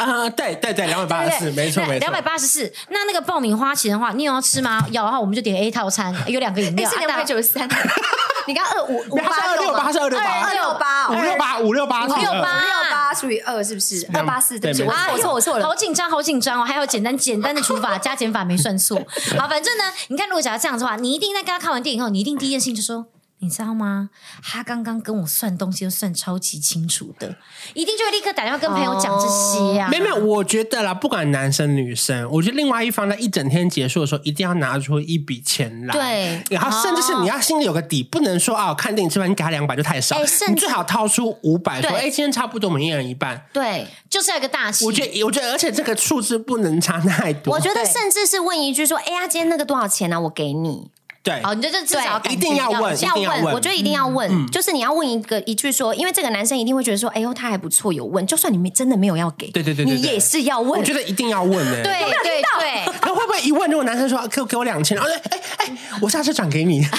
C: 啊，对对对，两百八十四，
D: 对不对
C: 没错没错
D: 两百。八十四。那那个爆米花钱的话，你有要吃吗？要的话，我们就点 A 套餐，有两个饮
B: 哎，
D: 料。
B: 是
D: 啊
B: 两
D: 大
B: 百九十三， 你刚二五五
C: 没有
B: 八
C: 他是
B: 六吗
C: 268他是268
B: 二六八，
C: 五六八五六八
D: 五六
B: 五
D: 八
B: 六八除以二是不是？二八四，对不起，
C: 对
B: 我
C: 没
D: 啊，
B: 错，我错了
D: 好。紧张，好紧张哦！还有简单简单的除法 加减法没算错。好，反正呢，你看，如果假如这样子的话，你一定在跟他看完电影后，你一定第一件事情就说。你知道吗？他刚刚跟我算东西都算超级清楚的，一定就会立刻打电话跟朋友讲这些啊。
C: 没有没有，我觉得啦，不管男生女生，我觉得另外一方在一整天结束的时候，一定要拿出一笔钱来。
B: 对
C: 然后甚至是你要心里有个底，不能说啊，我看电影吃饭你给他两百就太少
B: 哎甚，至
C: 啊你最好掏出五百，说
B: 对
C: 哎，今天差不多，我们一人一半。
B: 对，
D: 就是要一个大气。
C: 我觉得，我觉得，而且这个数字不能差太多。
B: 我觉得
D: 对
B: 甚至是问一句说：“哎呀，今天那个多少钱啊呢？我给你。
C: 对，
D: 哦，你就这至少
C: 一定要问”一
B: 要
C: 定要
B: 问，
C: 问嗯
B: 我觉得一定要问，就是你要问一个一句说，因为这个男生一定会觉得说：“哎呦，他还不错，有问。”就算你没真的没有要给，
C: 对对对对对
B: 你也是要问
C: 我。觉得一定要问呢。
D: 对对对，
C: 那会不会一问，如果男生说啊给我给我两千，然后哎哎哎，我下次转给你，身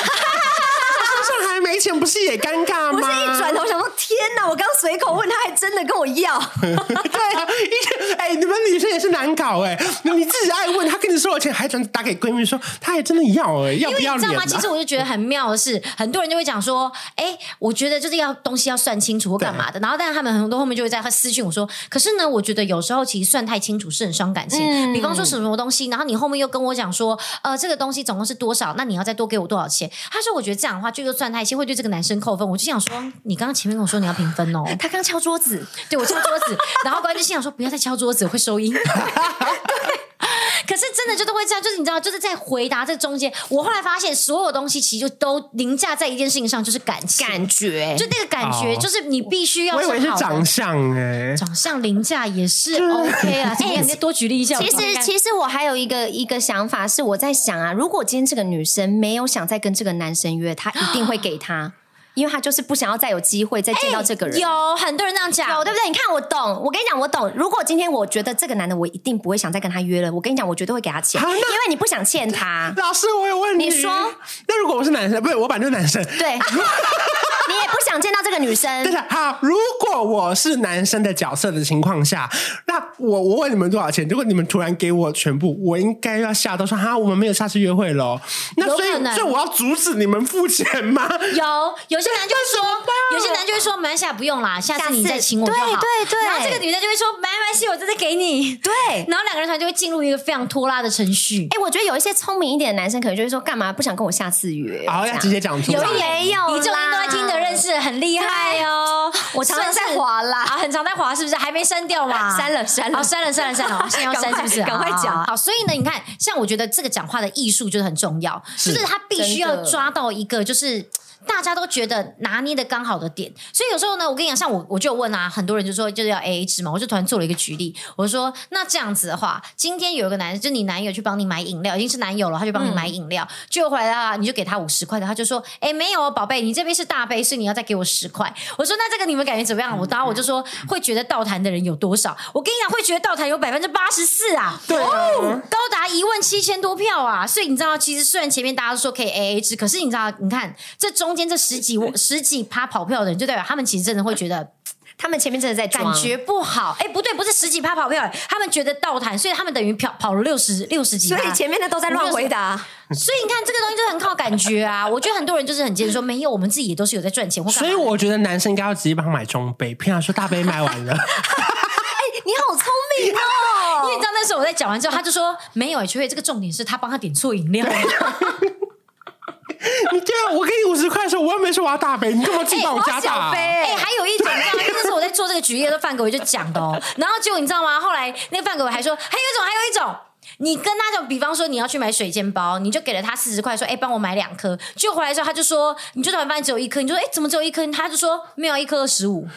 C: 上还没钱，不是也尴尬
B: 不
C: 吗？
B: 是一转头想说：“天哪！我刚随口问，他还真的跟我要。
C: 对啊，一哎、你们女生也是难搞哎、你自己爱问，她跟你收了钱，还转打给闺蜜说，她也真的要哎、要不
D: 因为
C: 要
D: 你知
C: 脸、
D: 道
C: 啊
D: 吗？？其实我就觉得很妙的是， 很多人就会讲说，哎，我觉得就是要东西要算清楚或干嘛的。然后，但是他们很多后面就会在私讯我说，可是呢，我觉得有时候其实算太清楚是很伤感情。
C: 嗯
D: 比方说什么东西，然后你后面又跟我讲说，呃，这个东西总共是多少，那你要再多给我多少钱？他说，我觉得这样的话就又算太清，会对这个男生扣分。我就想说，你刚刚前面跟我说你要平分哦”，
B: 他刚敲桌子，
D: 对我敲桌子，然后关键心想说不要再敲桌子，会收音。 对可是真的就都会这样，就是你知道，就是在回答这中间，我后来发现所有东西其实就都凌驾在一件事情上，就是感情，
B: 感觉
D: 就那个感觉，
C: 哦
D: 就是你必须要
C: 我以为是
D: 好的
C: 长相哎、
D: 长相凌驾也是 OK 啊。哎，你多举例一下。
B: 其实，其实我还有一个一个想法是，我在想啊，如果今天这个女生没有想再跟这个男生约，她一定会给他，因为她 就是不想要再有机会再见到这个人。
D: 有很多人这样讲，
B: 有对不对？你看我懂，我跟你讲我懂。如果今天我觉得这个男的我一定不会想再跟他约了，我跟你讲，我绝对会给他钱，
C: 啊
B: 因
C: 那，
B: 为你不想欠他
C: 老师，我有问题。
B: 你说，
C: 那如果我是男生，不是我本来就是男生。
B: 对，你也不想见到这个女
C: 但
B: 生
C: 是。好，如果我是男生的角色的情况下，那我我问你们多少钱？如果你们突然给我全部，我应该要吓到说哈，我们没有下次约会喽。那所
D: 有可能
C: 以，所以我要阻止你们付钱吗？
D: 有有些男就会说，有些男就会说，马来西亚啊不用啦，下
B: 下
D: 次
B: 次
D: 你再请我就
B: 对
D: 好。
B: 对对
D: 然后这个女的就会说，没关系，我真的给你。
B: 对
D: 然后两个人团就会进入一个非常拖拉的程序。
B: 哎、我觉得有一些聪明一点的男生，可能就会说，干嘛不想跟我下次约？
C: 好，要直接讲出来。
B: 一点没有啦
D: 你最近都在听的认识，很厉害哦。
B: 我常常
D: 算是
B: 在滑啦
D: 啊，很常在滑，是不是？还没删掉 嘛？
B: 删了删了
D: 哦，删了，删了，删了，现在要删是不是？
B: 赶快赶快讲
D: 好好好，所以呢，你看，像我觉得这个讲话的艺术就是很重要，
C: 是
D: 就是他必须要
B: 真的
D: 抓到一个就是。大家都觉得拿捏的刚好的点，所以有时候呢，我跟你讲，像我我就有问啊，很多人就说就是要 A A 制嘛，我就突然做了一个举例，我说那这样子的话，今天有一个男生，就你男友去帮你买饮料，已经是男友了，他就
B: 嗯
D: 帮你买饮料，就回来啊，你就给他五十块的，他就说，哎，没有哦，宝贝，你这边哎是大杯，所以你要再给我十块。我说那这个你们感觉怎么
B: 嗯
D: 样？我当然我就说会觉得倒谈的人有多少？我跟你讲，会觉得倒谈有百分之八十四啊，
C: 对啊
D: 高达一万七千多票啊！所以你知道，其实虽然前面大家都说可以 A A 制，可是你知道，你看这中间这十几十几趴跑票的人，就代表他们其实真的会觉得
B: 他们前面真的在 装
D: 感觉不好。哎，不对，不是十几趴跑票，欸他们觉得倒谈，所以他们等于跑跑了六十六十几
B: 所
D: 趴。
B: 以前面的都在乱回答。
D: 所以你看这个东西就很靠感觉啊！我觉得很多人就是很坚持说，没有，我们自己也都是有在赚钱或干
C: 所
D: 嘛的。
C: 以我觉得男生应该要直接帮他买中杯，骗他说大杯卖 完了。
B: 你好聪明哦！
D: 因为你知道那时候我在讲完之后，他就说没有、欸，秋月，这个重点是他帮他点错饮料。
C: 你这样，我给你五十块的时候，我又没说我要大杯，你干嘛自己帮我加大、啊？
D: 哎、还有一种，你知道吗？那时候我在做这个举例的时候，范狗我就讲的哦。然后结果你知道吗？后来那个范狗还说，还有一种，还有一种。你跟他讲，比方说你要去买水煎包，你就给了他四十块，说：“哎、帮我买两颗。”结果回来之后，他就说：“你就突然发现只有一颗。”你就说：“哎、怎么只有一颗？”他就说：“没有，一颗二十五。”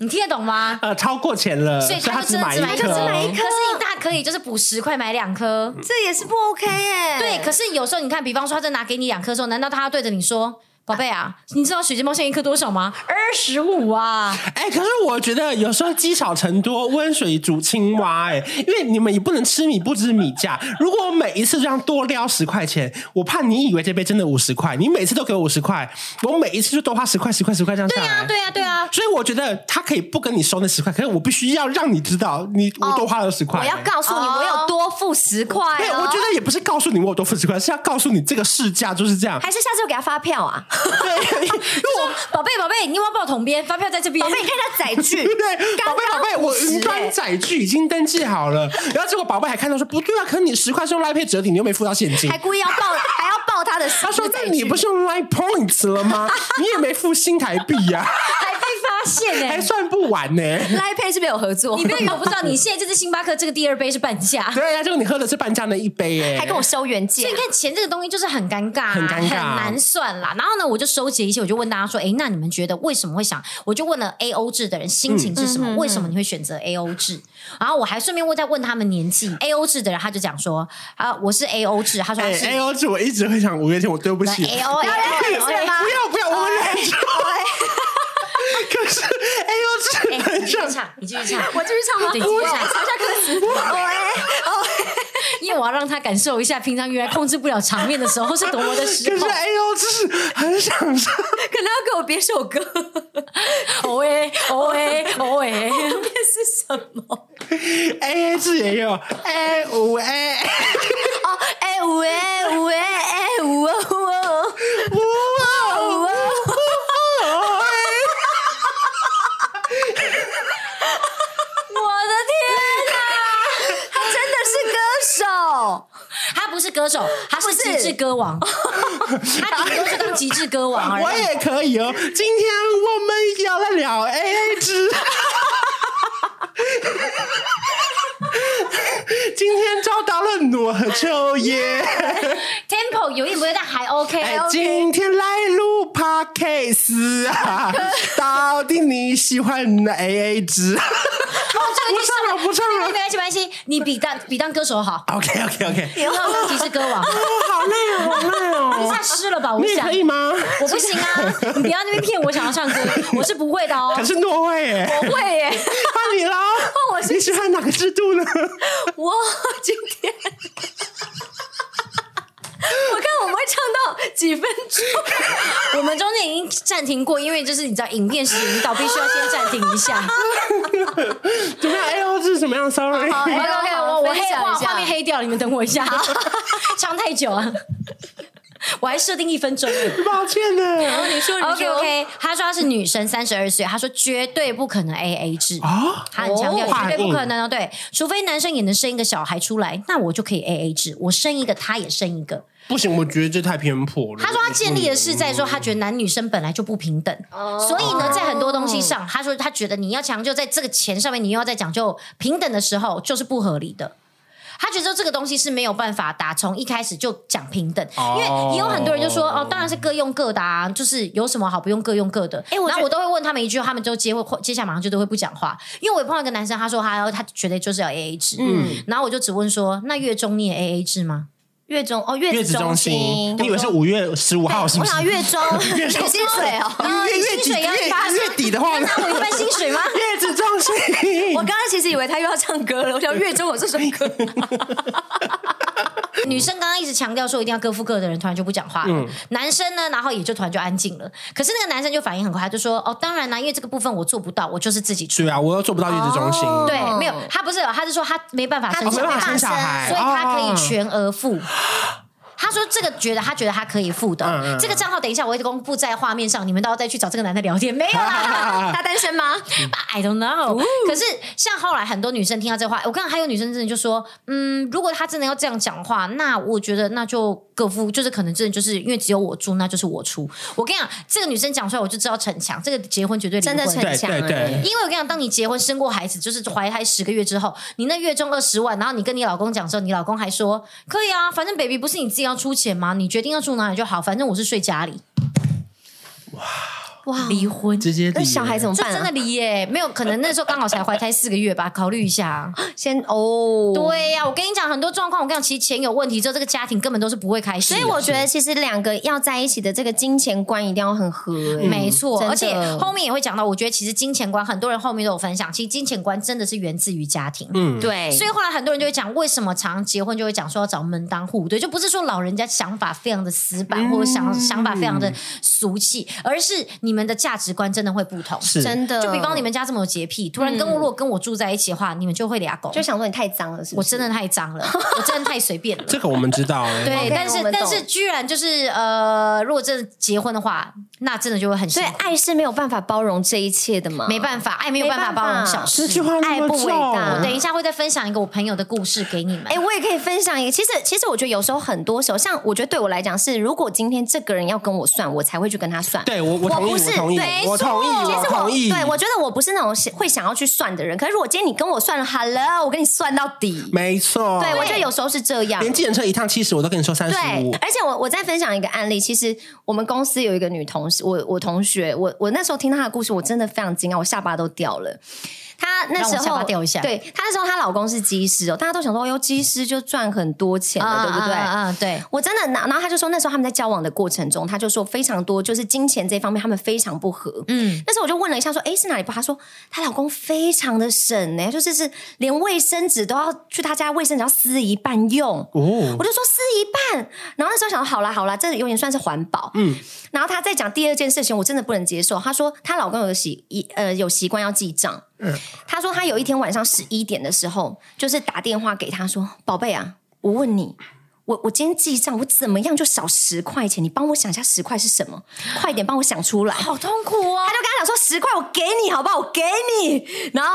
D: 你听得懂吗？
C: 呃，超过钱了，
D: 所以
C: 他
D: 他就
C: 只
D: 真的
C: 买
D: 只买
C: 一颗
D: 颗，
B: 买一颗
D: 可是你大可以就是补十块买两颗，
B: 这也是不 OK 哎、
D: 对，可是有时候你看，比方说他在拿给你两颗的时候，难道他要对着你说宝贝啊，你知道水晶包现在一颗多少 吗？二十五啊！
C: 哎、可是我觉得有时候积少成多，温水煮青蛙、哎，因为你们也不能吃米不知米价。如果我每一次这样多撩十块钱，我怕你以为这杯真的五十块，你每次都给我五十块，我每一次就多花十块、十块、十块这样下
D: 对
C: 来。
D: 啊，对啊，对啊！
C: 所以我觉得他可以不跟你收那十块，可是我必须要让你知道你我多花了十块、
B: 哦我要告诉你，
D: 哦
B: 我有多付十块
C: 对，
B: 哦。
C: 我觉得也不是告诉你我有多付十块，是要告诉你这个市价就是这样。
B: 还是下次我给他发票啊，
C: 对，因为我
D: 宝贝，宝贝，你有没有报统编？发票在这边。
B: 宝贝，你看他载具，
C: 对，宝贝宝贝，我云端载具已经登记好了。然后结果宝贝还看到说，不对啊，可是你十块是用 Line Pay 折抵，你又没付到现金
B: 还。故意要报，还要报他的
C: 他说：“
B: 载
C: 那
B: 具
C: 你不是用 Line Points 了 吗？你也没付新台币呀、
D: 还被发现 呢、
C: 还算不完呢、
B: Line Pay 是不是有合作？
D: 你不要以为我不知道，你现在这支星巴克这个第二杯是半价。
C: 对呀、结果你喝的是半价那一杯耶、
B: 还跟我收原件
D: 所以你，看钱这个东西就是很尴尬、啊
C: 很尴尬
D: 很难算啦。然后呢，我就收集一些，我就问大家说：“哎，那你们觉得为什么会想？”我就问了 A O 制的人心情是什么？为什么你会选择 A O 制？然后我还顺便问再问他们年纪。A O 制的人他就讲说：“啊，我是 A O 制。”他说他
C: 哎
D: 是
C: ，A O 制，我一直会想五月天，我对不起。
D: A O
C: 不
D: A
C: 要
D: O 吗？
C: 不要，我们忍住。
B: 哎
C: 可是 A
D: 哎
C: O 制
D: 你
C: 很
D: 继续
C: 像
D: 唱，你继续唱，
B: 我继续唱吗
D: 对，你继续唱，
B: 喂，
D: 因为我要让他感受一下，平常原来控制不了场面的时候是多么的失
C: 可是
D: 控。
C: A O 制很想唱。
B: 可能要给我别首歌，
D: 哦喂，哦喂，哦喂，
B: 这是什么？
C: A A 制也有 A 五 A，
B: 哦，哎呜哎呜哎哎呜哦呜哦
C: 哇
B: 呜
C: 哦
B: 哦。
D: 我的天哪！
B: 他真的是歌手，
D: 他不是歌手，他是极致歌王，他顶多就当极致歌王而
C: 我
D: 已。
C: 也可以哦。今天我们聊了聊 A A 制。 今天找到了诺和秋叶，
D: Tempo 有点不会，但还 OK。
C: 哎，今天来录 podcast 啊！到底你喜欢哪 A A 制？
D: 哦
C: 不唱了，不唱
D: 没
C: 了。
D: 关系，没关系，你比当比当歌手好，
C: OK OK OK，
D: 你要当极致歌王，
C: 好累哦，好累
D: 一
C: 哦
D: 下。湿了吧？我
C: 你也
D: 想
C: 可，以吗？
D: 我 不行啊！你不要在那边骗我，想要唱歌，我是不会的哦
C: 可。是诺会耶，
D: 我会耶，
C: 换你啦！
B: 我是
C: 你喜欢哪个制度呢？
B: 我今 天。我看我们会唱到几分钟？
D: 我们中间已经暂停过，因为就是你知道，影片时引导必须要先暂停一下。
C: 怎么样？A O 制怎么样？Sorry，
B: 好
D: OK
B: 哎
D: OK，
B: 好
D: 我我
B: 分
D: 黑
B: 享
D: 画
B: 一下
D: 画面黑掉了，你们等我一 下， 唱太久了， 我还设定一分钟。
C: 抱歉呢。
B: 你说
D: OK OK，她说她是女生，三十二岁，她说绝对不可能 AA 制
C: 啊
D: 她很强调
C: 哦
D: 绝对不可能哦，对，除非男生也能生一个小孩出来，那我就可以 AA 制，我生一个他也生一个。
C: 不行，我觉得这太偏颇了。
D: 他说他建立的是在说，他觉得男女生本来就不平等，
B: 哦
D: 所以呢，在很多东西上，他说他觉得你要强就在这个钱上面，你又要再讲究平等的时候，就是不合理的。他觉得这个东西是没有办法打从一开始就讲平等，
C: 哦
D: 因为也有很多人就说哦，当然是各用各的啊，就是有什么好不用各用各的。
B: 哎我觉得
D: 然后我都会问他们一句，他们就接会接下来马上就都会不讲话，因为我有碰到一个男生，他说他要他觉得就是要 A A 制，嗯，然后我就只问说，那月中你也 A A 制吗？
B: 月中哦，月
C: 嗯月
B: 子
C: 子中
B: 心
C: 心，，你以为是五月十五号是
B: 我
C: 不是？
B: 想
C: 月
B: 月 中月薪水哦。
C: 月啊月底
D: 薪水要
C: 月
D: 发
C: 月底的话呢？
D: 那我一般 薪水吗？
C: 月子中 心，
B: 我刚刚其实以为他又要唱歌了，我想月中我是什么 歌？
D: 女生刚刚一直强调说一定要各付各的人，突然就不讲话了。
C: 嗯
D: 男生呢，然后也就突然就安静了。可是那个男生就反应很快，他就说：“哦，当然啦，因为这个部分我做不到，我就是自己出。
C: 对啊，我又做不到月子中心，
B: 哦
D: 对，没有，他不是，他是说他没办法生
C: 我
D: 小
C: 哦没
D: 孩，
C: 办法生小孩，
D: 所以他可以
C: 哦。
D: 全额付。他说：“这个觉得他觉得他可以付的，
C: 嗯嗯嗯
D: 这个账号等一下我会公布在画面上，你们到时候再去找这个男的聊天。没有
C: 啊
D: 啦，
B: 他单身吗？
D: I don't know、可
B: 哦
D: 是像后来很多女生听到这话，我看还有女生真的就说，嗯，如果她真的要这样讲话，那我觉得那就各付，就是可能真的就是因为只有我出，那就是我出。我跟你讲，这个女生讲出来，我就知道逞强，这个结婚绝对离
B: 真
D: 婚
B: 的逞
C: 对
B: 强
C: 对
B: 哎
C: 对
D: 因为我跟你讲，当你结婚生过孩子，就是怀胎十个月之后，你那月中二十万，然后你跟你老公讲的时候，你老公还说可以啊，反正 baby 不是你自己要出钱吗？你决定要住哪里就好，反正我是睡家里。
B: 哇，
D: 离婚，
C: 直接离
B: 那
C: 耶
B: 小孩怎么
D: 这
B: 办、啊？
D: 真的离耶、没有可能那时候刚好才怀胎四个月吧，考虑一下啊。
B: 先哦，。
C: 啊
D: 对呀、我跟你讲很多状况，我跟你讲，其实钱有问题之后，这个家庭根本都是不会开
B: 所
D: 心的。嗯
B: 以我觉得，其实两个要在一起的这个金钱观一定要很合、欸
D: 没错，
B: 真的
D: 而且后面也会讲到，我觉得其实金钱观很多人后面都有分享，其实金钱观真的是源自于家庭。
C: 嗯，
B: 对，
D: 所以后来很多人就会讲，为什么常结婚就会讲说要找门当户对，就不是说老人家想法非常的死板，或者想想法非常的俗气，而是你们的价值观真的会不同。
C: 是
B: 真的，
D: 就比方你们家这么有洁癖，突然跟我、如果跟我住在一起的话，你们就会俩狗。
B: 就想说你太脏了，是不
D: 我
B: 是？
D: 真的太脏了，我真的太随便了。
C: 这个我们知道哎、
D: 对
B: OK，
D: 但是
B: 我们懂
D: 但是居然就是呃，如果真的结婚的话，那真的就会很辛
B: 所以
D: 苦。
B: 爱是没有办法包容这一切的嘛，
D: 没办法，爱没有办法
B: 没办
D: 包
B: 法
D: 容小事
C: 这。句话那么
B: 爱不伟大
C: 重
D: 等一下会再分享一个我朋友的故事给你们。
B: 哎、我也可以分享一个。其实，其实我觉得有时候很多时候，像我觉得对我来讲是，如果今天这个人要跟我算，我才会去跟他算。
C: 对我，我同意，
B: 不
C: 我
B: 是
C: 同意
B: 对，
C: 我同意，
B: 其
C: 我
B: 实我
C: 同意。
B: 对我觉得我不是那种会想要去算的人。可是如果今天你跟我算了，Hello，我跟你算到底。
C: 没啊错，
B: 对，我觉得有时候是这样。
C: 连计程车一趟七十，我都跟你说三十
B: 对
C: 五，。
B: 而且我我再分享一个案例，其实我们公司有一个女同事，我我同学，我我那时候听到她的故事，我真的非常惊讶，我下巴都掉了。她那时
D: 让我
B: 候
D: 下巴掉一下
B: 对她那时候她老公是技师哦，大家都想说，哟，技师就赚很多钱了，对不对？
D: 啊，对。
B: 我真的，然后他就说，那时候他们在交往的过程中，他就说非常多，就是金钱这方面他们非常不合。
D: 嗯
B: 嗯，那时候我就问了一下，说，哎，是哪里不合？他说她老公非常的省呢、就是是连卫生纸都要去他家卫生纸要撕一半用。
C: 哦
B: 我，就说撕一半，然后那时候想说好啦好啦，这有点算是环保。嗯，然后她在讲第二件事情，我真的不能接受。她说她老公有个习一呃有习惯要记账。嗯，她说她有一天晚上十一点的时候，就是打电话给他说：“宝贝啊，我问你。”我我今天记账，我怎么样就少十块钱？你帮我想一下十块是什么？快点帮我想出来。
D: 好痛苦哦
B: 他！就跟他讲说十块我给你好不好？我给你。然后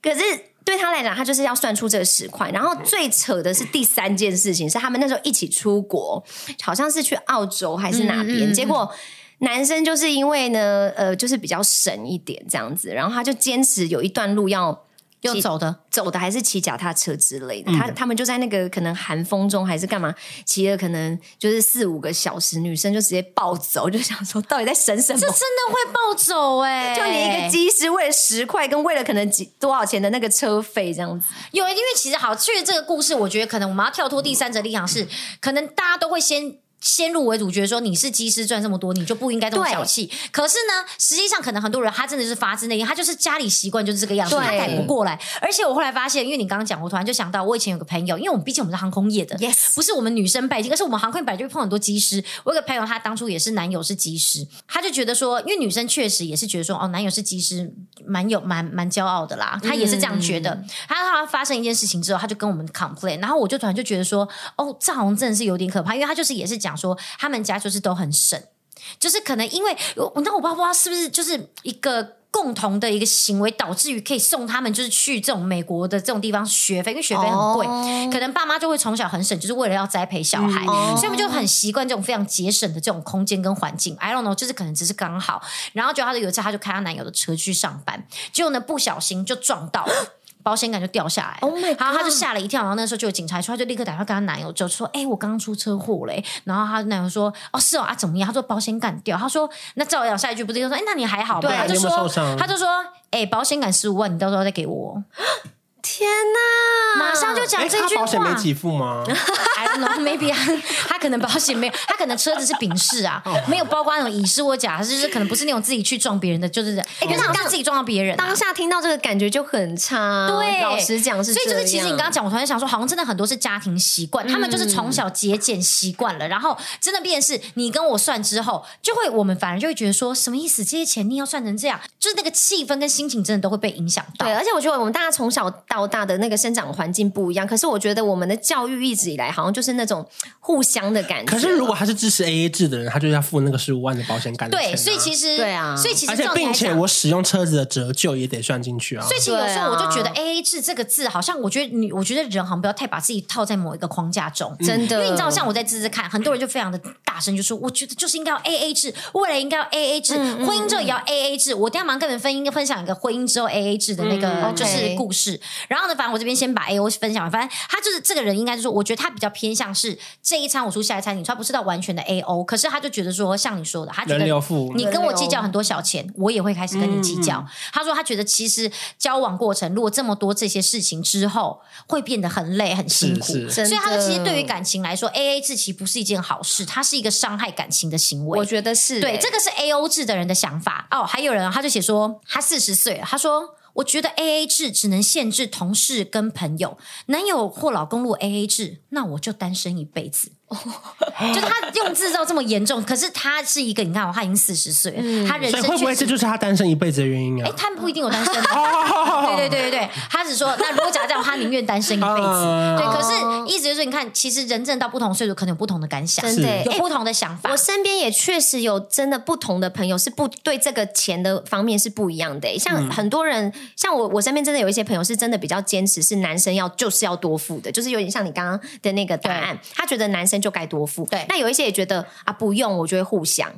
B: 可是对他来讲，他就是要算出这十块。然后最扯的是第三件事情是他们那时候一起出国，好像是去澳洲还是哪
D: 嗯
B: 边，结果。男生就是因为呢，呃，就是比较省一点这样子，然后他就坚持有一段路要
D: 又走的，
B: 走的还是骑脚踏车之类的。他他们就在那个可能寒风中还是干嘛，骑了可能就是四五个小时，女生就直接暴走，就想说到底在省什么？
D: 这真的会暴走哎！
B: 就你一个机师为了十块，跟为了可能几多少钱的那个车费这样子，
D: 有，因为其实好，确实这个故事，我觉得可能我们要跳脱第三者立场是，可能大家都会先。先入为主，觉得说你是技师赚这么多，你就不应该这么
B: 对
D: 小气。可是呢，实际上可能很多人他真的就是发自内心，他就是家里习惯就是这个样子，
B: 对
D: 他改不过来。而且我后来发现，因为你刚刚讲，我突然就想到，我以前有个朋友，因为我们毕竟我们是航空业的
B: Yes
D: 不是我们女生拜金，可是我们航空业本来就会碰很多技师。我有个朋友，她当初也是男友是技师，她就觉得说，因为女生确实也是觉得说，哦，男友是技师，蛮有蛮蛮骄傲的啦，她也是这样觉得。她她发生一件事情之后，她就跟我们 complain，然后我就突然就觉得说，哦，这好像真的是有点可怕，因为她就是也是讲说，他们家就是都很省。就是可能因为我，那我不知道是不是就是一个。共同的一个行为，导致于可以送他们就是去这种美国的这种地方学费，因为学费很贵，
B: 哦
D: 可能爸妈就会从小很省，就是为了要栽培小孩，
B: 哦
D: 所以我们就很习惯这种非常节省的这种空间跟环境。I don't know，就是可能只是刚好。然后就她就有一次，她就开她男友的车去上班，结果呢不小心就撞到了。保险杆就掉下来了
B: Oh my
D: 然后她就
B: God
D: 吓了一跳，然后那时候就有警察出来，就立刻打电话跟她男友，就说：“哎、我刚刚出车祸嘞、然后她男友说：“哦，是哦啊，怎么样？”他说：“保险杆掉。”他说：“那照样下一句不是就说：‘哎、那你还好吗？’
B: 对
D: 他
C: 你
D: 就
C: 有没有受
D: 说
C: 伤：‘
D: 他就说，哎、保险杆十五万，你到时候再给我哦。
B: 天哪，
D: 马上就讲
C: 哎，
D: 这
C: 他
D: 句
C: 保
D: 话。
C: 险没给付吗？
D: I don't know, maybe 他他可能保险没有，他可能车子是丙式啊，
C: 哦
D: 没有包括那种乙式或甲式，就是可能不是那种自己去撞别人的，就是
C: 哎
D: 因
B: 可
D: 为
B: 是
D: 他
B: 好像
D: 刚自己撞到别人啊、
B: 当下听到这个感觉就很差。
D: 对，
B: 嗯老实讲是这
D: 所以
B: 样，
D: 就是其实你刚刚讲，我突然想说，好像真的很多是家庭习惯，他们就是从小节俭习惯了，然后真的变成是你跟我算之后，就会我们反而就会觉得说，什么意思？这些钱你要算成这样，就是那个气氛跟心情真的都会被影响到
B: 对，。而且啊我觉得我们大家从小到大的那个生长环境不一样，可是我觉得我们的教育一直以来好像就是那种互相的感觉。
C: 可是如果他是支持 AA 制的人，他就要付那个十五万的保险杆的钱啊。
D: 对，所以其实
B: 对啊
D: 所以其实
C: 而
D: 这
C: 且
D: 样
C: 并
D: 来
C: 且
D: 讲
C: 我使用车子的折旧也得算进去啊。
D: 所以其实有时候我就觉
B: 对
D: 得
B: 啊
C: 嗯
D: “A A 制”这个字，好像我觉得你，我觉得人好像不要太把自己套在某一个框架中。
C: 嗯
B: 真的，
D: 因为你知道，像我在芝芝看，很多人就非常的大声，就说我觉得就是应该要 A A 制，未来应该要 A A 制，
B: 嗯
D: 婚姻之后也要 A A 制。我等一下马上跟你们分应该分享一个婚姻之后 A A 制的那个
B: 嗯
D: 就是故事。然后呢，反正我这边先把 A O 分享完，反正他就是这个人，应该就是我觉得他比较偏向是这一餐我出下一餐，你虽然不是到完全的 A O，可是他就觉得说，像你说的，他觉
C: 人流
D: 得
C: 付
D: 你跟我计较很多小钱，我也会开始跟你计较。他说他觉得其实交往过程如果这么多这些事情之后，会变得很累很辛苦。
C: 是是
B: 真的
D: 所以他说，其实对于感情来说，A A 制其实不是一件好事，它是一个伤害感情的行为。
B: 我觉得是、
D: 对，
B: 欸
D: 这个是 A O 制的人的想法哦。还有人他就写说，他四十岁了，他说。我觉得 A A 制只能限制同事跟朋友，男友或老公如果 A A 制，那我就单身一辈子。
B: 哦
D: 就是他用字到这么严重，可是他是一个，你看哦，他已经四十岁了，
B: 嗯
D: 他人
C: 所
D: 生
C: 以会不会
D: 确实
C: 这就是他单身一辈子的原因
D: 哎、
C: 啊？
D: 他们不一定有单身 的。
C: 哦
D: 对对对对对，他只说，那如果假如哎这样，他宁愿单身一辈子。
C: 啊
D: 对，可是意思就是，你看，其实人证到不同岁数，可能有不同的感想，
B: 哦真的、
C: 是
B: 欸
D: 有不同的想法
B: 我。身边也确实有真的不同的朋友是不对这个钱的方面是不一样的欸、像很多人，像我我身边真的有一些朋友是真的比较坚持，是男生要就是要多付的，就是有点像你刚刚的那个答案，他觉得男生就该多付。
D: 对
B: 那有一些也觉得啊不用，我觉得互相。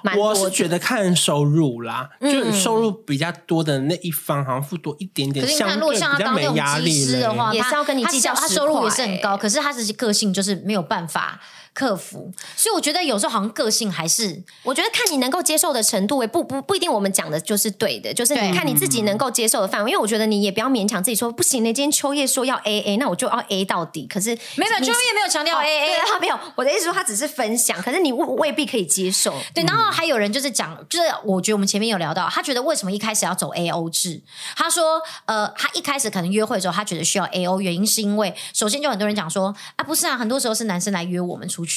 B: 蛮多
C: 我
B: 的
C: 是觉得看收入啦，就收入比较多的那一方好像付多一点点，
D: 嗯可是你
C: 相
D: 看，如
C: 对
D: 果
C: 比
D: 像他
C: 较
D: 当
C: 没
D: 那种
C: 压
D: 技
C: 力
D: 师的
C: 嘞
D: 话，
B: 也是
D: 他
B: 要跟你
D: 他
B: 计较
D: 他
B: 10
D: 收入也
B: 块
D: 是很
B: 欸
D: 高，可是他自己个性就是没有办法克服，所以我觉得有时候好像个性还是
B: 我觉得看你能够接受的程度，也不不不一定我们讲的就是对的，就是
D: 对
B: 你看你自己能够接受的范围。因为我觉得你也不要勉强自己说不行那今天秋叶说要 A A，那我就要 A 到底。可是
D: 没有，
B: 你
D: 就也没有强调
B: 哦
D: A A
B: 对他没有。我的意思说他只是分享，可是你未未必可以接受。
D: 对，
C: 嗯
D: 然后还有人就是讲，就是我觉得我们前面有聊到，他觉得为什么一开始要走 A O 制？他说，呃，他一开始可能约会的时候，他觉得需要 A O，原因是因为首先就很多人讲说，啊，不是啊，很多时候是男生来约我们出去。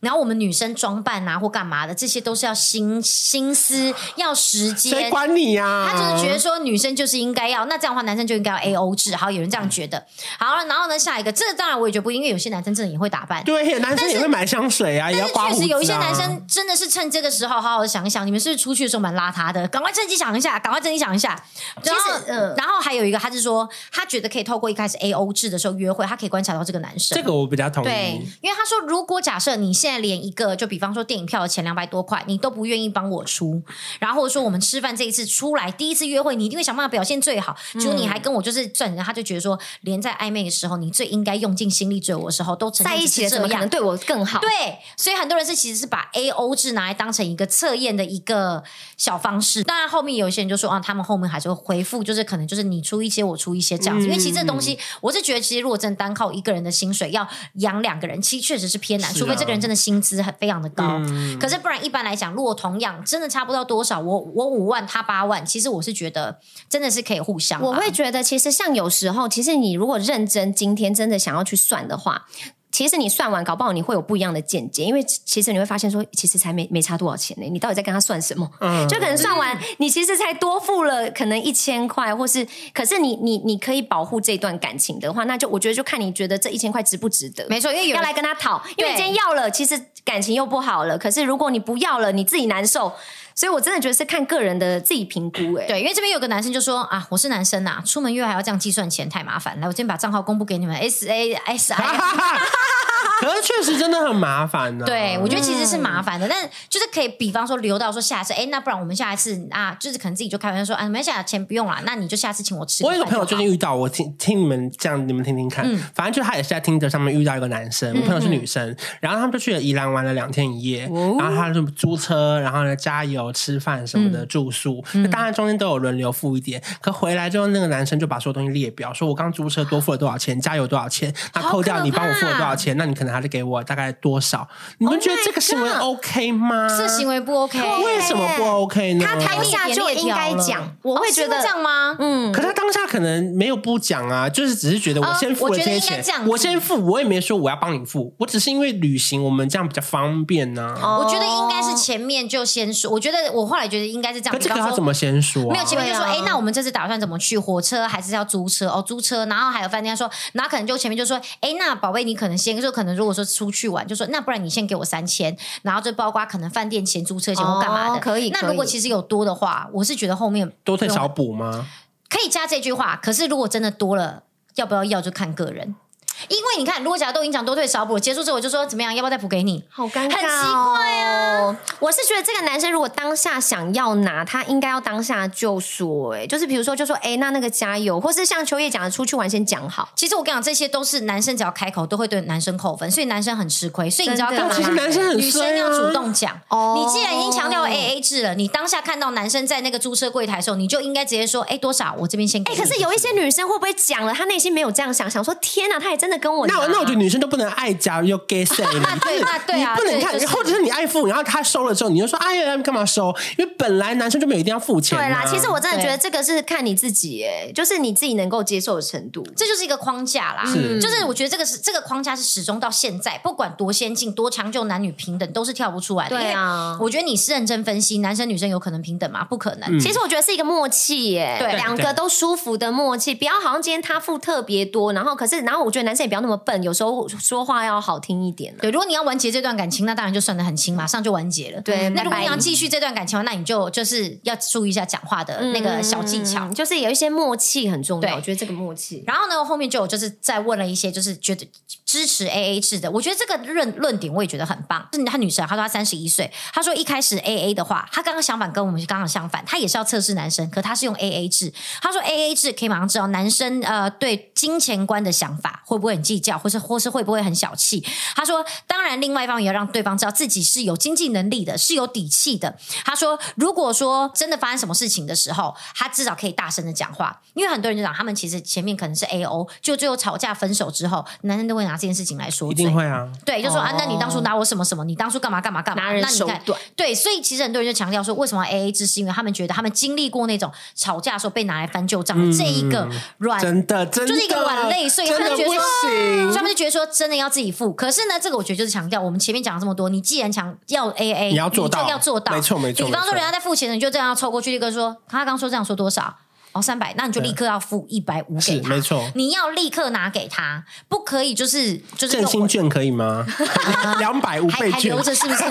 D: 然后我们女生装扮啊，或干嘛的，这些都是要心心思，要时
C: 谁
D: 间，
C: 管你呀、
D: 他就是觉得说女生就是应该要，那这样的话男生就应该要 A O 制。好，有人这样觉得。好，然后呢，下一个，这当然我也觉得不一定，因为有些男生真的也会打扮。
C: 对，男生也会买香水啊，也要
D: 但是
C: 刮
D: 确
C: 胡子、啊。
D: 实有一些男生真的是趁这个时候好好的想一想，你们是不是出去的时候蛮邋遢的，赶快趁机想一下，赶快趁机想一下。
C: 啊
D: 然后
B: 其实嗯
D: 然后还有一个，他是说他觉得可以透过一开始 A O 制的时候约会，他可以观察到这个男生。
C: 这个我比较同
D: 对
C: 意。，
D: 因为他说，如果假设你现在连一个，就比方说电影票的前两百多块，你都不愿意帮我出，然后或者说我们吃饭这一次出来第一次约会，你一定会想办法表现最好。就你还跟我就是赚人，他就觉得说，连在暧昧的时候，你最应该用尽心力追我的时候，都呈现
B: 在一起
D: 是
B: 了
D: 这
B: 怎么可
D: 样
B: 能对我更好？
D: 对，所以很多人是其实是把 A O 制拿来当成一个测验的一个小方式。当然，后面有一些人就说啊，他们后面还是会回复，就是可能就是你出一些，我出一些这样子。因为其实这东西，我是觉得其实如果真的单靠一个人的薪水要养两个人，其实确实是偏难，
C: 是啊
D: 除非这个人真的薪资很非常的高。可是不然，一般来讲，如果同样真的差不到多少，我我五万，他八万，其实我是觉得真的是可以互相吧。
B: 我会觉得，其实像有时候，其实你如果认真，今天真的想要去算的话，其实你算完，搞不好你会有不一样的见解，因为其其实你会发现说，其实才没没差多少钱呢、你到底在跟他算什么？
C: 嗯
B: 就可能算完，你其实才多付了可能一千块，或是可是你你你可以保护这段感情的话，那就我觉得就看你觉得这一千块值不值得。
D: 没错，因为有
B: 要
D: 人
B: 来跟他讨，因
D: 对
B: 为你今天要了，其实感情又不好了。可是如果你不要了，你自己难受，所以我真的觉得是看个人的自己评估、哎，
D: 对，因为这边有个男生就说啊，我是男生呐、出门约还要这样计算钱，太麻烦。来，我今天把账号公布给你们，S A S I。
C: 可是确实真的很麻烦啊呢、
D: 对，我觉得其实是麻烦
C: 嗯
D: 的，但就是可以，比方说留到说下一次，哎，那不然我们下一次啊，就是可能自己就开玩笑说，啊，没关系啊，钱不用啦，那你就下次请我吃个
C: 我
D: 饭
C: 有一
D: 就
C: 个朋
D: 好。
C: 友最近遇到，我听听你们这样，你们听听看。反正就他也是在听着上面遇到一个男生，我朋友是女生，然后他们就去了宜兰玩了两天一夜，然后他就租车，然后呢加油、吃饭什么的住宿，那当然中间都有轮流付一点。可回来之后，那个男生就把所有东西列表，说我刚租车多付了多少钱，加油多少钱，那扣掉你帮我付了多少钱，那你可能还得给我大概多少？你们觉得这个行为 OK 吗？
D: 这行为不 OK，
C: 为什么不 OK 呢？
B: 他当下就应该讲，我会觉
D: 哦是
B: 得、
D: 会这样吗？嗯，
C: 可他当下可能没有不讲啊，就是只是觉得我先付
D: 呃我
C: 了
D: 觉
C: 这
D: 得
C: 些
D: 应
C: 钱，
D: 该这样
C: 我
D: 子
C: 先付，我也没说我要帮你付，我只是因为旅行我们这样比较方便呢、啊。
D: 我觉得应该是前面就先说，我觉得我后来觉得应该是这样。
C: 可这个
D: 比方
C: 要
D: 说
C: 怎么先说、啊？
D: 没有前面就说，
B: 对啊
D: 哎、那我们这次打算怎么去？火车还是要租车？哦，租车，然后还有饭店说，然后可能就前面就说，哎、那宝贝，你可能先就可能如果说出去玩，就说那不然你先给我三千，然后就包括可能饭店钱、租车钱或干嘛的，
B: 哦可以
D: 那
B: 可以
D: 如果其实有多的话，我是觉得后面
C: 多退少补吗？
D: 可以加这句话，可是如果真的多了，要不要要就看个人。因为你看，如果假如都已经讲多退少补，结束之后我就说怎么样，要不要再补给你？
B: 好尴尬、哦，
D: 很奇怪
B: 啊！我是觉得这个男生如果当下想要拿，他应该要当下就说、欸，哎，就是比如说就说，哎、欸，那那个加油，或是像秋叶讲的，出去玩先讲好。
D: 其实我跟你讲，这些都是男生只要开口都会对男生扣分，所以男生很吃亏。所以你知道
B: 真的
D: 干嘛
C: 其实
D: 吗？
C: 男生很
D: 女生
C: 衰
D: 要主
C: 啊。
D: 动讲。
B: 哦
D: 你既然已经强调了 A A 制了，你当下看到男生在那个租车柜台的时候，你就应该直接说：“哎，多少？我这边先给
B: 哎、
D: 你。”
B: 可是有一些女生会不会讲了，她内心没有这样想，想说天哪，她也真的跟我
C: 那我那我觉
B: 得
C: 得女生都不能爱家又 gay 谁，
D: 那哦啊 对那对啊，
C: 你不能
D: 对
C: 看，
D: 就是
C: 或者是你爱付，然后他收了之后，你就说哎呀，干嘛收？因为本来男生就没有一定要付钱、
B: 对啦。
C: 啊。
B: 其实我真的
D: 对
B: 觉得这个是看你自己、欸，哎，就是你自己能够接受的程度。
D: 这就是一个框架啦，
C: 是
D: 就是我觉得这个是这个框架是始终到现在，不管多先进、多强就男女平等，都是跳不出来的。
B: 对啊
D: 因为我觉得你是认真分析，男生女生有可能平等吗？不可能。
B: 其实我觉得是一个默契耶，
D: 对
B: 两个都舒服的默契，不要好像今天他付特别多，然后可是然后我觉得男生也不要那么笨，有时候说话要好听一点、啊。
D: 对，如果你要完结这段感情，那当然就算得很清，马上就完结了。
B: 对
D: 那如果
B: 拜拜
D: 你要继续这段感情的话，那你就就是要注意一下讲话的那个小技巧。
B: 嗯就是有一些默契很重要，
D: 对
B: 我觉得这个默契。
D: 然后呢，后面就有就是再问了一些，就是觉得支持 A A 制的，我觉得这个论论点我也觉得很棒。就是她女生，她说她三十一岁，她说一开始 A A 的话，她刚刚相反，跟我们刚刚相反，她也是要测试男生，可她是用 A A 制。她说 A A 制可以马上知道男生呃对金钱观的想法会不会很计较，或是或是会不会很小气。她说，当然另外一方也要让对方知道自己是有经济能力的，是有底气的。她说，如果说真的发生什么事情的时候，她至少可以大声的讲话，因为很多人就讲他们其实前面可能是 A O，就最后吵架分手之后，男生都会拿这件事情来说
C: 一
D: 嘴，
C: 定会啊，
D: 对，就说、啊，那你当初拿我什么什么，你当初干嘛干嘛干嘛，
B: 拿人
D: 那你
B: 手
D: 看
B: 短。
D: 对，所以其实很多人就强调说，为什么 A A 制，是因为他们觉得他们经历过那种吵架的时候被拿来翻旧账的这一个软
C: 嗯真的真的
D: 就是一个软肋，所以他
C: 真
D: 们
C: 的
D: 觉得
C: 不
D: 说，哦所以他
C: 行。
D: 们就觉得说，真的要自己付。可是呢，这个我觉得就是强调，我们前面讲了这么多，你既然强要 A A，
C: 你要做到
D: 要做到，
C: 没错没错
D: 比方
C: 没
D: 说，
C: 错
D: 人家在付钱的，你就这样要凑过去，立刻说，他刚说这样说多少？哦，三百，那你就立刻要付一百五给
C: 是
D: 他，
C: 没错
D: 你要立刻拿给他，不可以就是就是
C: 振
D: 用
C: 兴
D: 我
C: 券可以 吗？两百五
D: 还
C: 倍
D: 还
C: 券
D: 留着是不是？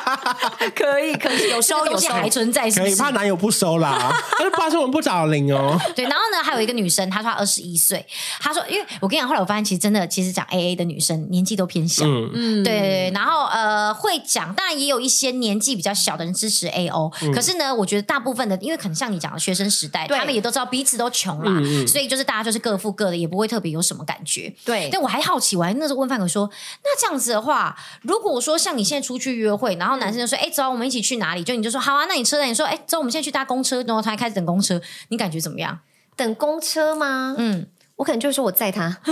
B: 可以，可 以，有
D: 这个东西还存在是
C: 可
D: 不
C: 以，
D: 是？
C: 怕男友不收 啦。但是爸说我们不找零哦，
D: 对，然后呢，还有一个女生，她说她二十一岁，她说，因为我跟你讲，后来我发现，其实真的，其实讲 A A 的女生年纪都偏小，
C: 嗯
D: 嗯，对对对，然后呃，会讲，当然也有一些年纪比较小的人支持 A O，、可是呢，我觉得大部分的，因为可能像你讲的学生时代，
B: 对
D: 他们也都知道彼此都穷啦，所以就是大家就是各付各的，也不会特别有什么感觉。
B: 对
D: 但我还好奇，我还那时候问范可说，那这样子的话，如果说像你现在出去约会，然后男生就
B: 嗯
D: 说，哎、走啊，我们一起去哪里？就你就说好啊，那你车呢？你说，哎、走，我们现在去搭公车，然后他还开始等公车，你感觉怎么样？
B: 等公车吗？
D: 嗯，
B: 我可能就会说我载他，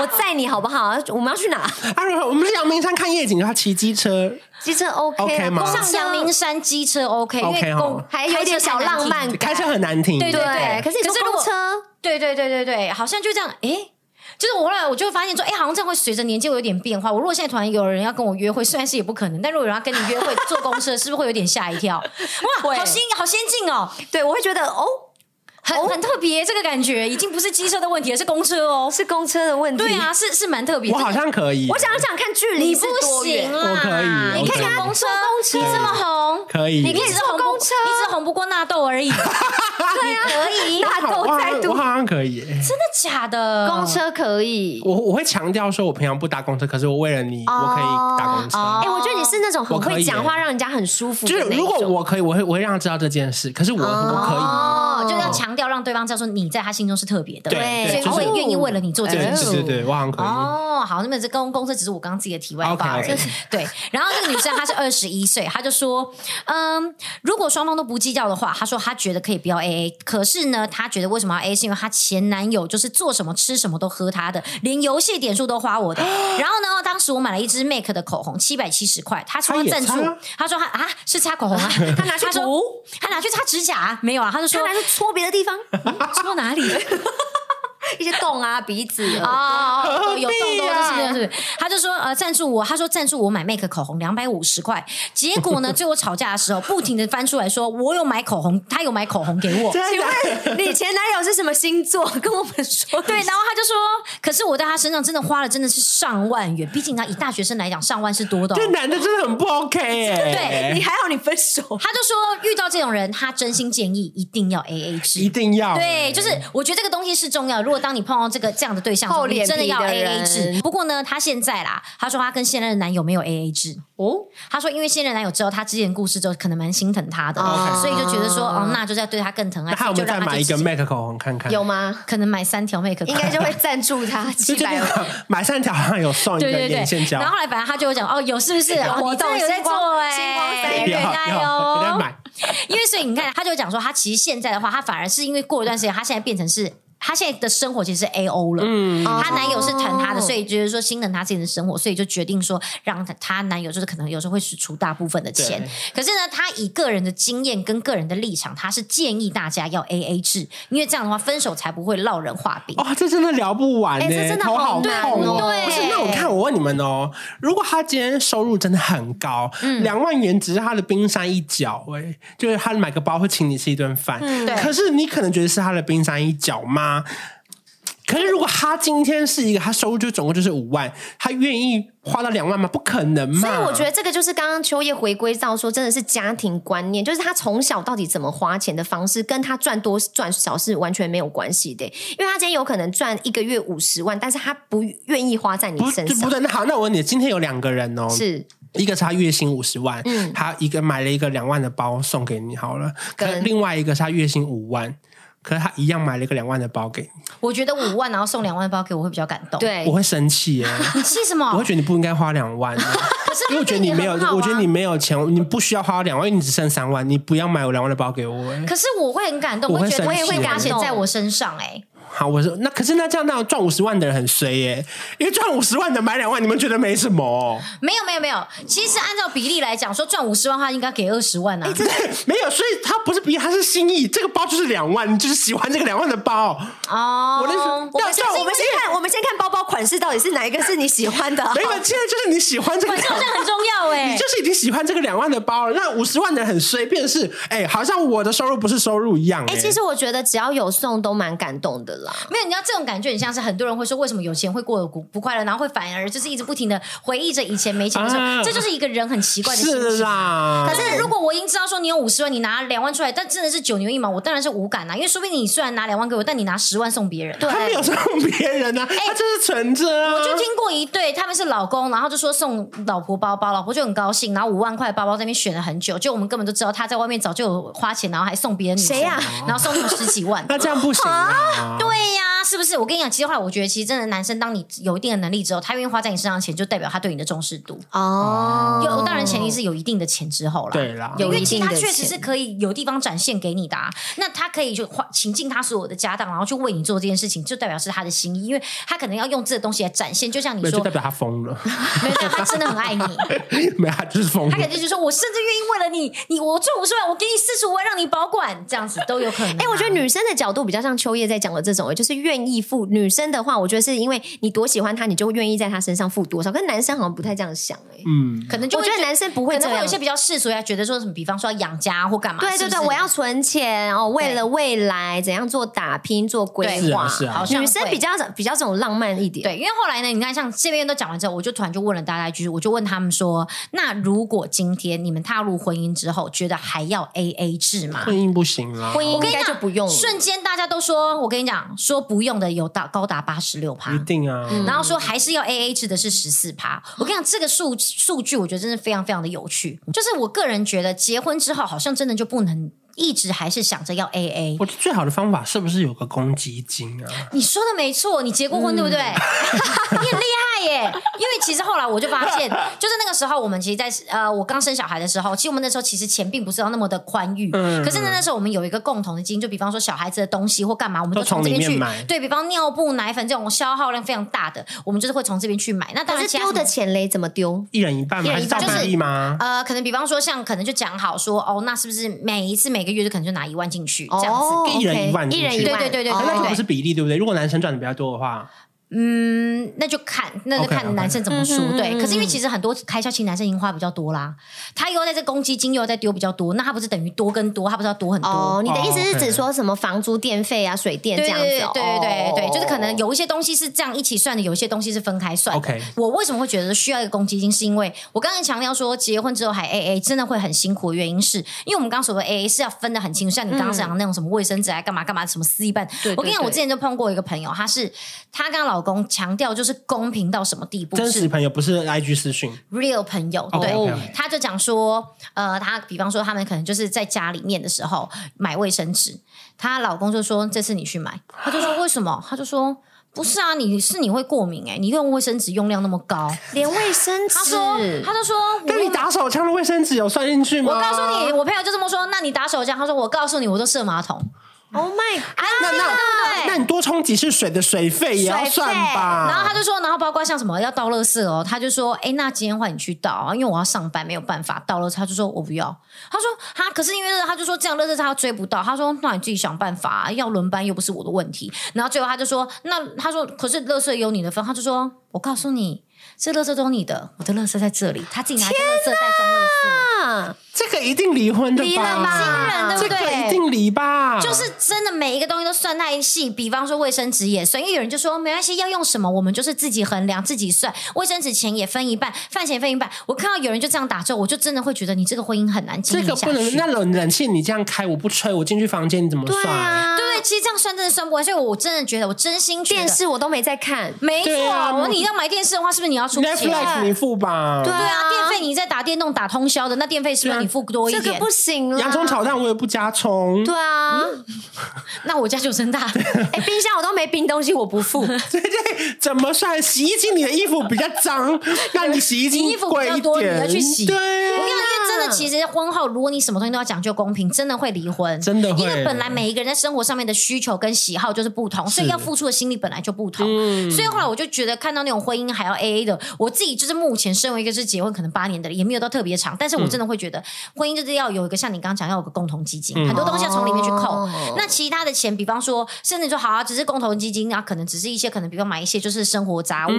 B: 我载你好不好？我们要去哪？
C: 啊，我们是阳明山看夜景，他骑机车，
B: 机车 OK 啊
C: OK 吗
B: 公车
D: 上阳明山机车 OK，, 因
C: OK
D: 为
C: 哦
D: 公
B: 还有一点小浪漫
D: 嗯
B: 感，
C: 开车很难停。
D: 对
B: 对可是你
D: 可是
B: 坐
D: 如
B: 公
D: 果
B: 车。
D: 对对对对对，好像就这样，诶，就是我后来我就会发现说，诶，好像这样会随着年纪会有点变化。我如果现在突然有人要跟我约会，虽然是也不可能，但如果有人要跟你 约会坐公车，是不是会有点吓一跳？哇，
B: 会
D: 好新好先进哦，
B: 对，我会觉得哦，
D: 很、很特别，这个感觉已经不是机车的问题，而是公车哦。
B: 是公车的问题。
D: 对，啊，是是蛮特别。
C: 我好
D: 这个
C: 像可以，
B: 我想要想看距离
D: 你
B: 是
D: 不
B: 多远
D: 行啦，
C: 我可以啊
D: 你
C: 我
D: 可
C: 可
D: 以
C: 以
D: 搭公车，
B: 公车
D: 你这么红，
C: 可以
D: 你一直红不
B: 公车
D: 你只红不过纳 豆而已。
B: 对啊，可以，大
C: 我
B: 豆
C: 好
B: 在
C: 像我
B: 读
C: 好像可 以耶。
D: 真的假的？
B: 公车可以。
C: 我我会强调说，我平常不搭公车，可是我为了你，我可以搭公车。
D: 哦
B: 哎，我觉得你是那种很
C: 我可以
B: 会讲话，
C: 耶
B: 让人家很舒服的
C: 就
B: 那
C: 是
B: 种。
C: 如果我可以，我会我会让他知道这件事。可是我我可以，
D: 哦，就是要强调让对方知道说你在他心中是特别的，
B: 哎
C: 对
D: 所
C: 对
D: 以
C: 哎
D: 他会愿意为了你做这
C: 对
D: 件
C: 对
D: 事。
C: 对对，我好像可以。
D: 哦，好，那么这公公司只是我刚刚自己的题外话
C: OK，OK
D: 而已对。然后这个女生她是二十一岁，她就说，嗯，如果双方都不计较的话，她说她觉得可以不要 A A，可是呢，她觉得为什么要 A A 是因为她前男友就是做什么吃什么都喝她的，连游戏点数都花我的。然后呢，当时我买了一支 Make 的口红，七百七十块，她说
C: 她
D: 她
C: 也
D: 赞助
C: 擦，
D: 她说她啊是擦口红啊，她拿去涂，她拿去擦指甲啊，没有啊，她就说
B: 看来是搓别的地 方，
D: 说哪 里？
B: 一些洞啊、鼻子啊。
D: 哦，
C: 何
D: 有动
C: 必
D: 动
C: 呀
D: 就是是，他就说呃赞助我，他说赞助我买 Make 口红两百五十块，结 果呢最后吵架的时候不停的翻出来说我有买口红，他有买口红给我。
C: 真
B: 请
C: 的
B: 问你前男友是什么星 座？跟我们说。
D: 对，然后他就说，可是我在他身上真的花了真的是上万元，毕竟啊他以大学生来讲，上万是多的、哦。
C: 这男的真的很不 OK 哎，
B: 你还好，你分手。
D: 他就说，遇到这种人，他真心建议一定要 A A 制，
C: 一定要
D: 对，就是我觉得这个东西是重要的。如果当你碰到这个这样的对象的时候，
B: 厚
D: 你
B: 脸皮
D: 真的要
B: 的
D: A A
B: 人
D: 制。不过呢，她现在啦，她说她跟现任的男友没有 A A 制哦。她说因为现任男友知道她之前的故事之后，可能蛮心疼她的，
B: 哦
D: 所以就觉得说哦，那就再对她更疼爱，
C: 那还
D: 所
C: 有
D: 以
C: 我们
D: 就
C: 再
D: 让她
C: 买一
D: 就
C: 个
D: 自己
C: Mac 口红看看，
B: 有吗？
D: 可能买三条 make
B: 应该就会赞助 他七
C: 就这
B: 百
C: 个
B: 万。
C: 买三条好像有送一个
D: 对对
C: 眼线
D: 对，
C: 胶
D: 然，后后来反正他就会讲哦，有是不是？哦
B: 我
D: 你真的
B: 这
D: 有
B: 有
D: 在
B: 在
D: 做
B: 做
D: 哎，
B: 星光三
C: 要
B: 月
D: 加油
C: 要，
D: 哦
C: 给他买。
D: 因为所以你看，他就讲说，他其实现在的话，他反而是因为过了一段时间，他现在变成是。他现在的生活其实是 A O 了，嗯，她男友是疼她的，
B: 哦
D: 所以觉得说心疼她自己的生活，所以就决定说让她她男友就是可能有时候会出大部分的钱
C: 对，
D: 可是呢，她以个人的经验跟个人的立场，她是建议大家要 A A 制，因为这样的话分手才不会落人话柄。
C: 哇、这真的聊不完呢、
B: 哎这真的
C: 头
B: 好
C: 痛
B: 难
C: 哦。
B: 哦对
C: 不是，那我看我问你们哦，如果他今天收入真的很高，
B: 嗯
C: 两、万元只是他的冰山一角、哎，就是他买个包会请你吃一顿饭、
B: 嗯
D: 对
C: 可是你可能觉得是他的冰山一角吗？可是如果他今天是一个，他收入就总共就是五万，他愿意花到两万吗？不可能嘛！
B: 所以我觉得这个就是刚刚秋叶回归到说，真的是家庭观念，就是他从小到底怎么花钱的方式，跟他赚多赚少是完全没有关系的。因为他今天有可能赚一个月五十万，但是他不愿意花在你
C: 不
B: 身
C: 不
B: 上，
C: 对，那好，那我问你，今天有两个人哦，
B: 是
C: 一个是他月薪五十万，
B: 嗯
C: 他一个买了一个两万的包送给你好了，可
B: 跟
C: 另外一个是他月薪五万，可是他一样买了一个两万的包给你，
D: 我觉得五万然后送两万包给我会比较感动。，
B: 对
C: 我。会生气耶、
D: 你气什
C: 我
D: 么
C: 会？觉得你不应该花两万、啊
D: 可是
C: 因为我觉得你没有，
D: 很好啊
C: 我觉得你没有钱，你不需要花两万，因为你只剩三万，你不要买我两万的包给我、欸。
D: 可是我会很感动，
C: 我
D: 我
C: 会
D: 会觉得
C: 生
D: 我
C: 气
D: 也会花钱
B: 我
D: 在我身上哎、
C: 好，我说那可是那这样，那赚五十万的人很衰耶、因为赚五十万的买两万，你们觉得没什么哦、
D: 没有没有没有，其实按照比例来讲，说赚五十万的话，应该给二十
C: 哎
D: 万啊。
C: 没有，所以他不是比他是心意，这个包就是两万，你就是喜欢这个两万的包。
D: 哦，
C: 我的
B: 我
C: 那
B: 们先
C: 那
B: 我们先看，我们先看包包款式到底是哪一个是你喜欢的啊、
C: 没有，现在就是你喜欢这个
D: 可是
C: 两
D: 好像很重要哎、
C: 你就是已经喜欢这个两万的包了，那五十万的很衰，便是哎、好像我的收入不是收入一样、
B: 哎、
C: 哎、
B: 其实我觉得只要有送都蛮感动的啦。
D: 没有，你知道这种感觉很像是很多人会说，为什么有钱会过得不不快乐，然后会反而就是一直不停的回忆着以前没钱的时候，
C: 啊
D: 这就是一个人很奇怪的心
C: 是啊
D: 情。
C: 啦
D: 可。是如果我已经知道说你有五十万，你拿两万出来，但真的是九牛一毛，我当然是无感啊啦、因为说不定你虽然拿两万给我，但你拿十万送别人。对
C: 他没有送别人啊，他就是存着啊。
D: 我就听过一对，他们是老公，然后就说送老婆包包，老婆就很高兴，然后五万块包包在那边选了很久，就我们根本都知道他在外面早就有花钱，然后还送别人女嗯生
B: 谁呀
D: 啊然后送他十几万。
C: 那这样不行啊。
D: 对呀、是不是？我跟你讲，其实后来我觉得，其实真的男生，当你有一定的能力之后，他愿意花在你身上的钱，就代表他对你的重视度。
B: 哦
D: 有，当然前提是有一定的钱之后啦。
C: 对啦，
B: 有
D: 因为
B: 一
D: 其
B: 定
D: 实
B: 的
D: 他
B: 钱
D: 确实是可以有地方展现给你的、啊，那他可以就花倾尽他所有的家当，然后去为你做这件事情，就代表是他的心意，因为他可能要用这个东西来展现，就像你
C: 没有
D: 说
C: 就代，表他疯了，
D: 没有，但他真的很爱你，
C: 没有他就是疯
D: 他
C: 了
D: 可。能就是说我甚至愿意为了你，你我赚五十万，我给你四十五万让你保管，这样子都有可能、啊。
B: 哎、我觉得女生的角度比较像秋叶在讲的这种，就是愿意付。女生的话，我觉得是因为你多喜欢他，你就愿意在他身上付多少。可是男生好像不太这样想哎、
C: 嗯，
D: 可能就
B: 我
D: 会
B: 觉得男生不会
D: 可
B: 这
D: 能
B: 样
D: 会有一些比较世俗呀，觉得说什么，比方说要养家或干嘛。
B: 对对
D: 是
B: 对，
D: 不是
B: 我要存钱哦，为了未来怎样做打拼、做规
D: 对
C: 是
B: 划。
C: 啊是啊
D: 好像
B: 女生
D: 会
B: 比较比较这种浪漫一点。
D: 对，因为后来呢，你看像这边都讲完之后，我就突然就问了大家一句，我就问他们说：那如果今天你们踏入婚姻之后，觉得还要 A A 制吗？
C: 婚姻不行啊啦。
B: 婚姻
D: 跟
B: 应
D: 你
B: 该
D: 讲
B: 就不用了。
D: 瞬间大家都说，我跟你讲，说不用的有达高达八十六趴
C: 一。定啊，
D: 然后说还是要 A A 制的是十四趴，我跟你讲这个数数据，我觉得真的非常非常的有趣。就是我个人觉得，结婚之后好像真的就不能一直还是想着要 A A，
C: 我觉得最好的方法是不是有个公积金啊？
D: 你说的没错，你结过
C: 嗯
D: 婚、对不对？ 你很厉害耶！因为其实后来我就发现，就是那个时候我们其实在，呃，我刚生小孩的时候，其实我们那时候其实钱并不是要那么的宽裕，
C: 嗯
D: 可是呢那时候我们有一个共同的基因，就比方说小孩子的东西或干嘛，我们
C: 都
D: 从
C: 从
D: 这边
C: 里面
D: 去
C: 买
D: 对比方尿布、奶粉这种消耗量非常大的，我们就是会从这边去买。那
B: 可
D: 当然
B: 是
D: 其他
B: 丢
D: 什么
B: 的钱嘞，怎么丢？
C: 一人一半
B: 一人
C: 吗？还
B: 一
C: 是
B: 半
C: 照
D: 就是
C: 比例吗？
D: 呃，可能比方说像可能就讲好说哦，那是不是每一次每个月就可能就拿一万进去这样子？
B: 哦
C: 一人一
B: OK，
C: 万进
B: 一
C: 去
B: 人一万，
D: 对对对对
B: 哦
D: 对
C: 那
D: 对
C: 可不是比例对不对？如果男生赚的比较多的话，
D: 嗯，那就看，那就
C: OK，
D: 看
C: OK
D: 男生怎么说。
B: 嗯哼
D: 对，
B: 嗯
D: 可是因为其实很多开销，其实男生已经花比较多啦，他又在这公积金又在丢比较多，那他不是等于多跟多，他不是要多很多？
B: 哦，你的意思是
C: 哦
B: 指说什么房租、电费啊、水电
D: 对
B: 这样子
D: 对
B: 哦？
D: 对对对，就是可能
B: 有。
D: 有一些东西是这样一起算的，有一些东西是分开算的。
C: OK
D: 我为什么会觉得需要一个公积金？是因为我刚才强调说，结婚之后还 AA 真的会很辛苦的原因是，因为我们刚刚所谓 AA 是要分的很清楚，像你刚刚讲的那种什么卫生纸啊、干嘛干嘛、什么私一半。
B: 对对
D: 我跟你讲，
B: 对
D: 我之前就碰过一个朋友，她是她跟她老公强调就是公平到什么地步，
C: 真
D: 是
C: 实朋友不是 IG 私讯，
D: real 朋友，
C: 哦
D: 对
C: OK
D: 他就讲说，呃，他比方说他们可能就是在家里面的时候买卫生纸，她老公就说这次你去买，她就说为什么？她就说不是啊，你是你会过敏哎、你用卫生纸用量那么高，
B: 连卫生纸，
D: 她说她就说
C: 但你
D: 我。
C: 打手枪的卫生纸有算进去吗？
D: 我告诉你，，我朋友就这么说。那你打手枪，他说我告诉你，我都射马桶。
B: ，Oh my God，
C: 那那那你多冲几次水的水费也要算吧。
D: 然后他就说，然后包括像什么要倒垃圾哦，他就说，哎，那今天换你去倒啊，因为我要上班，没有办法倒垃圾。他就说我不要，他说哈，可是因为这个他就说这样垃圾他追不到，他说那你自己想办法、啊，要轮班又不是我的问题。然后最后他就说，那他说可是垃圾有你的份，他就说我告诉你。这垃圾都你的，我的垃圾在这里，他自己拿去垃圾袋装垃圾，
C: 这个一定离婚的吧？
D: 离了吧，惊人，对
C: 这
D: 不对？
C: 个一定离吧？
D: 就是真的每一个东西都算太细，比方说卫生纸也算，因为有人就说没关系，要用什么我们就是自己衡量自己算，卫生纸钱也分一半，饭钱也分一半。我看到有人就这样打之后，我就真的会觉得你这个婚姻很难经
C: 这
D: 营
C: 个
D: 下去。
C: 不能。那冷冷气你这样开，我不吹，我进去房间你怎么算？
D: 对啊不对，其实这样算真的算不完，所以我真的觉得，我真心觉得
B: 电视我都没在看，
D: 没错。
C: 对啊
D: 我你要买电视的话，是不是你要出钱？
C: Netflix 你付吧。
B: 对
D: 啊对
B: 啊
D: 啊，电费你在打电动打通宵的，那电费是不
C: 对
D: 是
C: 啊
D: 你付多一
B: 这
D: 点？
B: 个不行了。
C: 洋葱炒蛋我也不加葱。
B: 对啊，
D: 那我家就真 大。
B: 哎，冰箱我都没冰东西，我不付。
C: 对对，怎么算？洗衣机你的衣服比较 脏，那你洗衣机
D: 你衣服比
C: 贵
D: 较
C: 一
D: 多
C: 点，
D: 你要去洗
C: 对
D: 我
C: 啊
D: 跟你讲，因为真的，其实婚后如果你什么东西都要讲究公平，真的会离婚，
C: 真的会
D: 因为本来每一个人在生活上面的需求跟喜好就是不同，所以要付出的心力本来就不同。所以后来我就觉得，看到那种婚姻还要 A A 的，我自己就是目前身为一个是结婚可能八年的人，也没有到特别长，但是我真的会觉得，婚姻就是要有一个像你刚刚讲，要有个共同基金，很多东西要从里面去扣
B: 哦。
D: 那其他的钱，比方说，甚至你说好啊，只是共同基金啊，可能只是一些可能，比方买一些就是生活杂物，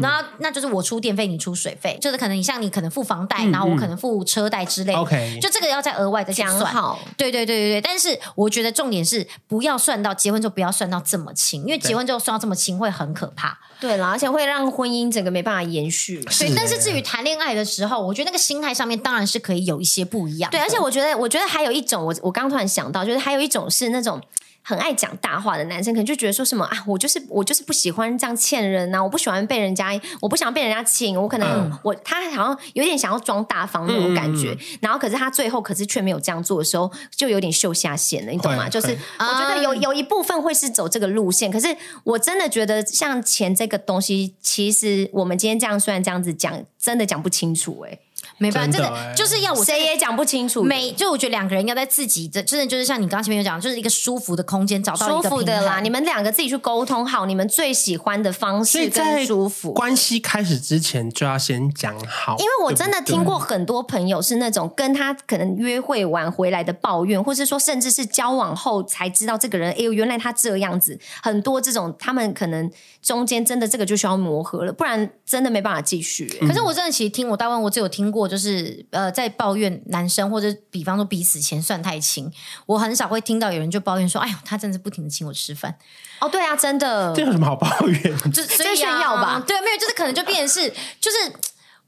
D: 然后那就是我出电费，你出水费，就是可能你像你可能付房贷，然后我可能付车贷之类的
C: OK
D: 就这个要再额外的
B: 讲
D: 算。
B: 好，
D: 对对对对对，但是我觉得重点是不要算到结婚就不要算到这么轻，因为结婚就算到这么轻会很可怕。
B: 对了，而且会让婚姻整个没办法延续。
D: 所以，但是至于谈恋爱的时候，我觉得那个心态上面当然是可以有一些不一样的。
B: 对，
C: 嗯
B: 而且我觉得，我觉得还有一种，我我刚突然想到，就是还有一种是那种。很爱讲大话的男生，可能就觉得说什么啊，我就是我就是不喜欢这样欠人呐、我不喜欢被人家，我不想被人家请，我可能、
C: 嗯
B: 我他好像有点想要装大方那种感觉，然后可是他最后可是却没有这样做的时候，就有点秀下限了，你懂吗？
C: 会
B: 就是
C: 会
B: 我觉得有
D: 嗯
B: 有一部分会是走这个路线，可是我真的觉得像钱这个东西，其实我们今天这样虽然这样子讲，真的讲不清楚、欸，
D: 没办法，
C: 真
D: 真
C: 的
D: 的
C: 欸
D: 就是要我
B: 谁也讲不清楚，
D: 每就我觉得两个人要在自己的真的就是像你刚刚前面有讲，就是一个舒服的空间，找到
B: 舒
D: 一个
B: 服的啦，
D: 平衡
B: 你们两个自己去沟通好你们最喜欢的方
C: 所以
B: 式
C: 在
B: 跟舒服。
C: 关系开始之前就要先讲好，
B: 因为我真的听过很多朋友是那种跟他可能约会完回来的抱怨，或是说甚至是交往后才知道这个人，哎呦，原来他这样子。很多这种他们可能中间真的这个就需要磨合了，不然真的没办法继续、欸
D: 可
C: 嗯
D: 是我真的其实听我大问，我只有听过就是呃，在抱怨男生或者比方说彼此钱算太轻，我很少会听到有人就抱怨说，哎呦，他真的是不停的请我吃饭，
B: 哦，对啊，真的
C: 这，有什么好抱怨？
D: 就所
B: 这
D: 以、
B: 炫
D: 啊、
B: 耀吧
D: 对，没有，就是可能就变成是就是。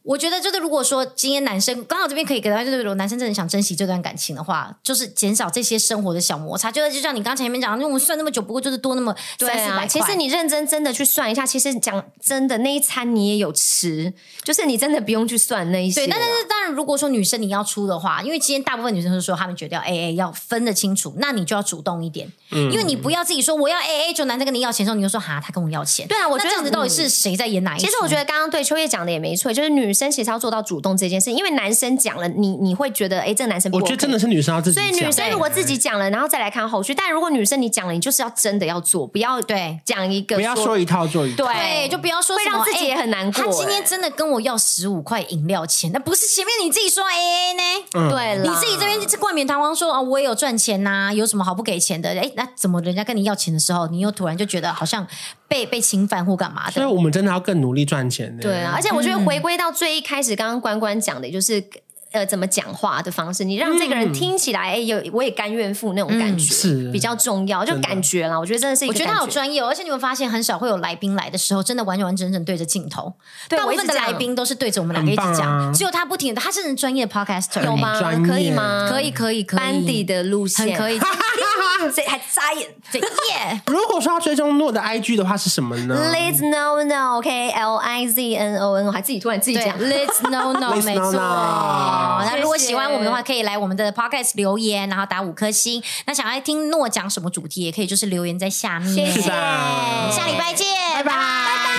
D: 我觉得就是，如果说今天男生刚好这边可以给大家，就是如果男生真的想珍惜这段感情的话，就是减少这些生活的小摩擦。就是就像你刚才前面讲，因为我们算那么久，不过就是多那么
B: 对
D: 三四百
B: 啊。
D: 块。
B: 其实你认真真的去算一下，其实讲真的那一餐你也有吃，就是你真的不用去算那一些
D: 对，
B: 了。
D: 但但是当然，如果说女生你要出的话，因为今天大部分女生都说她们觉得要 A A 要分得清楚，那你就要主动一点，因为你不要自己说我要 A A，就男生跟你要钱的时候，你就说哈他跟我要钱，
B: 对啊我觉得
D: 那这样子到底是谁在演哪一出？
B: 其实我觉得刚刚对秋叶讲的也没错，就是女生其实要做到主动这件事，因为男生讲了，你你会觉得，哎，这个男生不、
C: 我
B: OK、
C: 觉得真的。是女生要自己
B: 所
C: 讲，欸
B: 以女生如果自己讲了，然后再来看后续。但如果女生你讲了，你就是要真的要做，不要
D: 对
B: 讲一个
C: 不要说一套做一套。
B: 对，
D: 对，就不要说
B: 会
D: 什么
B: 让自己也
D: 哎
B: 很难过。
D: 他今天
B: 哎
D: 真的跟我要十五块饮料钱，那不是前面你自己说 A A 呢？
C: 嗯
B: 对了，
D: 你自己这边是冠冕堂皇说啊，我也有赚钱呐、有什么好不给钱的？哎，那怎么人家跟你要钱的时候，你又突然就觉得好像被被侵犯或干嘛
C: 所以
D: 的。
C: 我们真的要更努力赚钱呢。
B: 对啊，而且我觉得
C: 嗯
B: 回归到最一开始，刚刚关关讲的，就是呃，怎么讲话的方式，你让这个人听起来，哎、有我也甘愿付那种感觉，
C: 嗯是
B: 比较重要，就
C: 真的
B: 感觉啦。我觉得真的是一
D: 我
B: 个
D: 觉得
B: 感
D: 他好专业、哦，而且你们发现很少会有来宾来的时候，真的完完整整对着镜头。
B: 对
D: 大部分的
B: 我一直这
D: 来
B: 样
D: 宾都是对着我们两个一
C: 很棒
D: 直讲，
C: 啊
D: 只有他不停的，他是专业 podcaster，
B: 有
D: 欸
B: 吗？
C: 专业
B: 可以吗？
D: 可以，可以，可以，
B: 班底的路线
D: 很 可以，
B: 这还眨眼。
D: 这耶，
C: 如果说要追踪诺的 IG 的话是什么呢
B: Let's know now, k L I Z N O N，我还自己突然自己
D: 对
B: 讲。
D: ，Let's no no，
C: Let's
D: 没错。
C: know now
D: 那如果
B: 谢谢
D: 喜欢我们的话，可以来我们的 podcast 留言，然后打五颗星。那想要听诺讲什么主题，也可以就是留言在下面。
B: 谢谢
C: 是的
D: 下礼拜见，拜拜。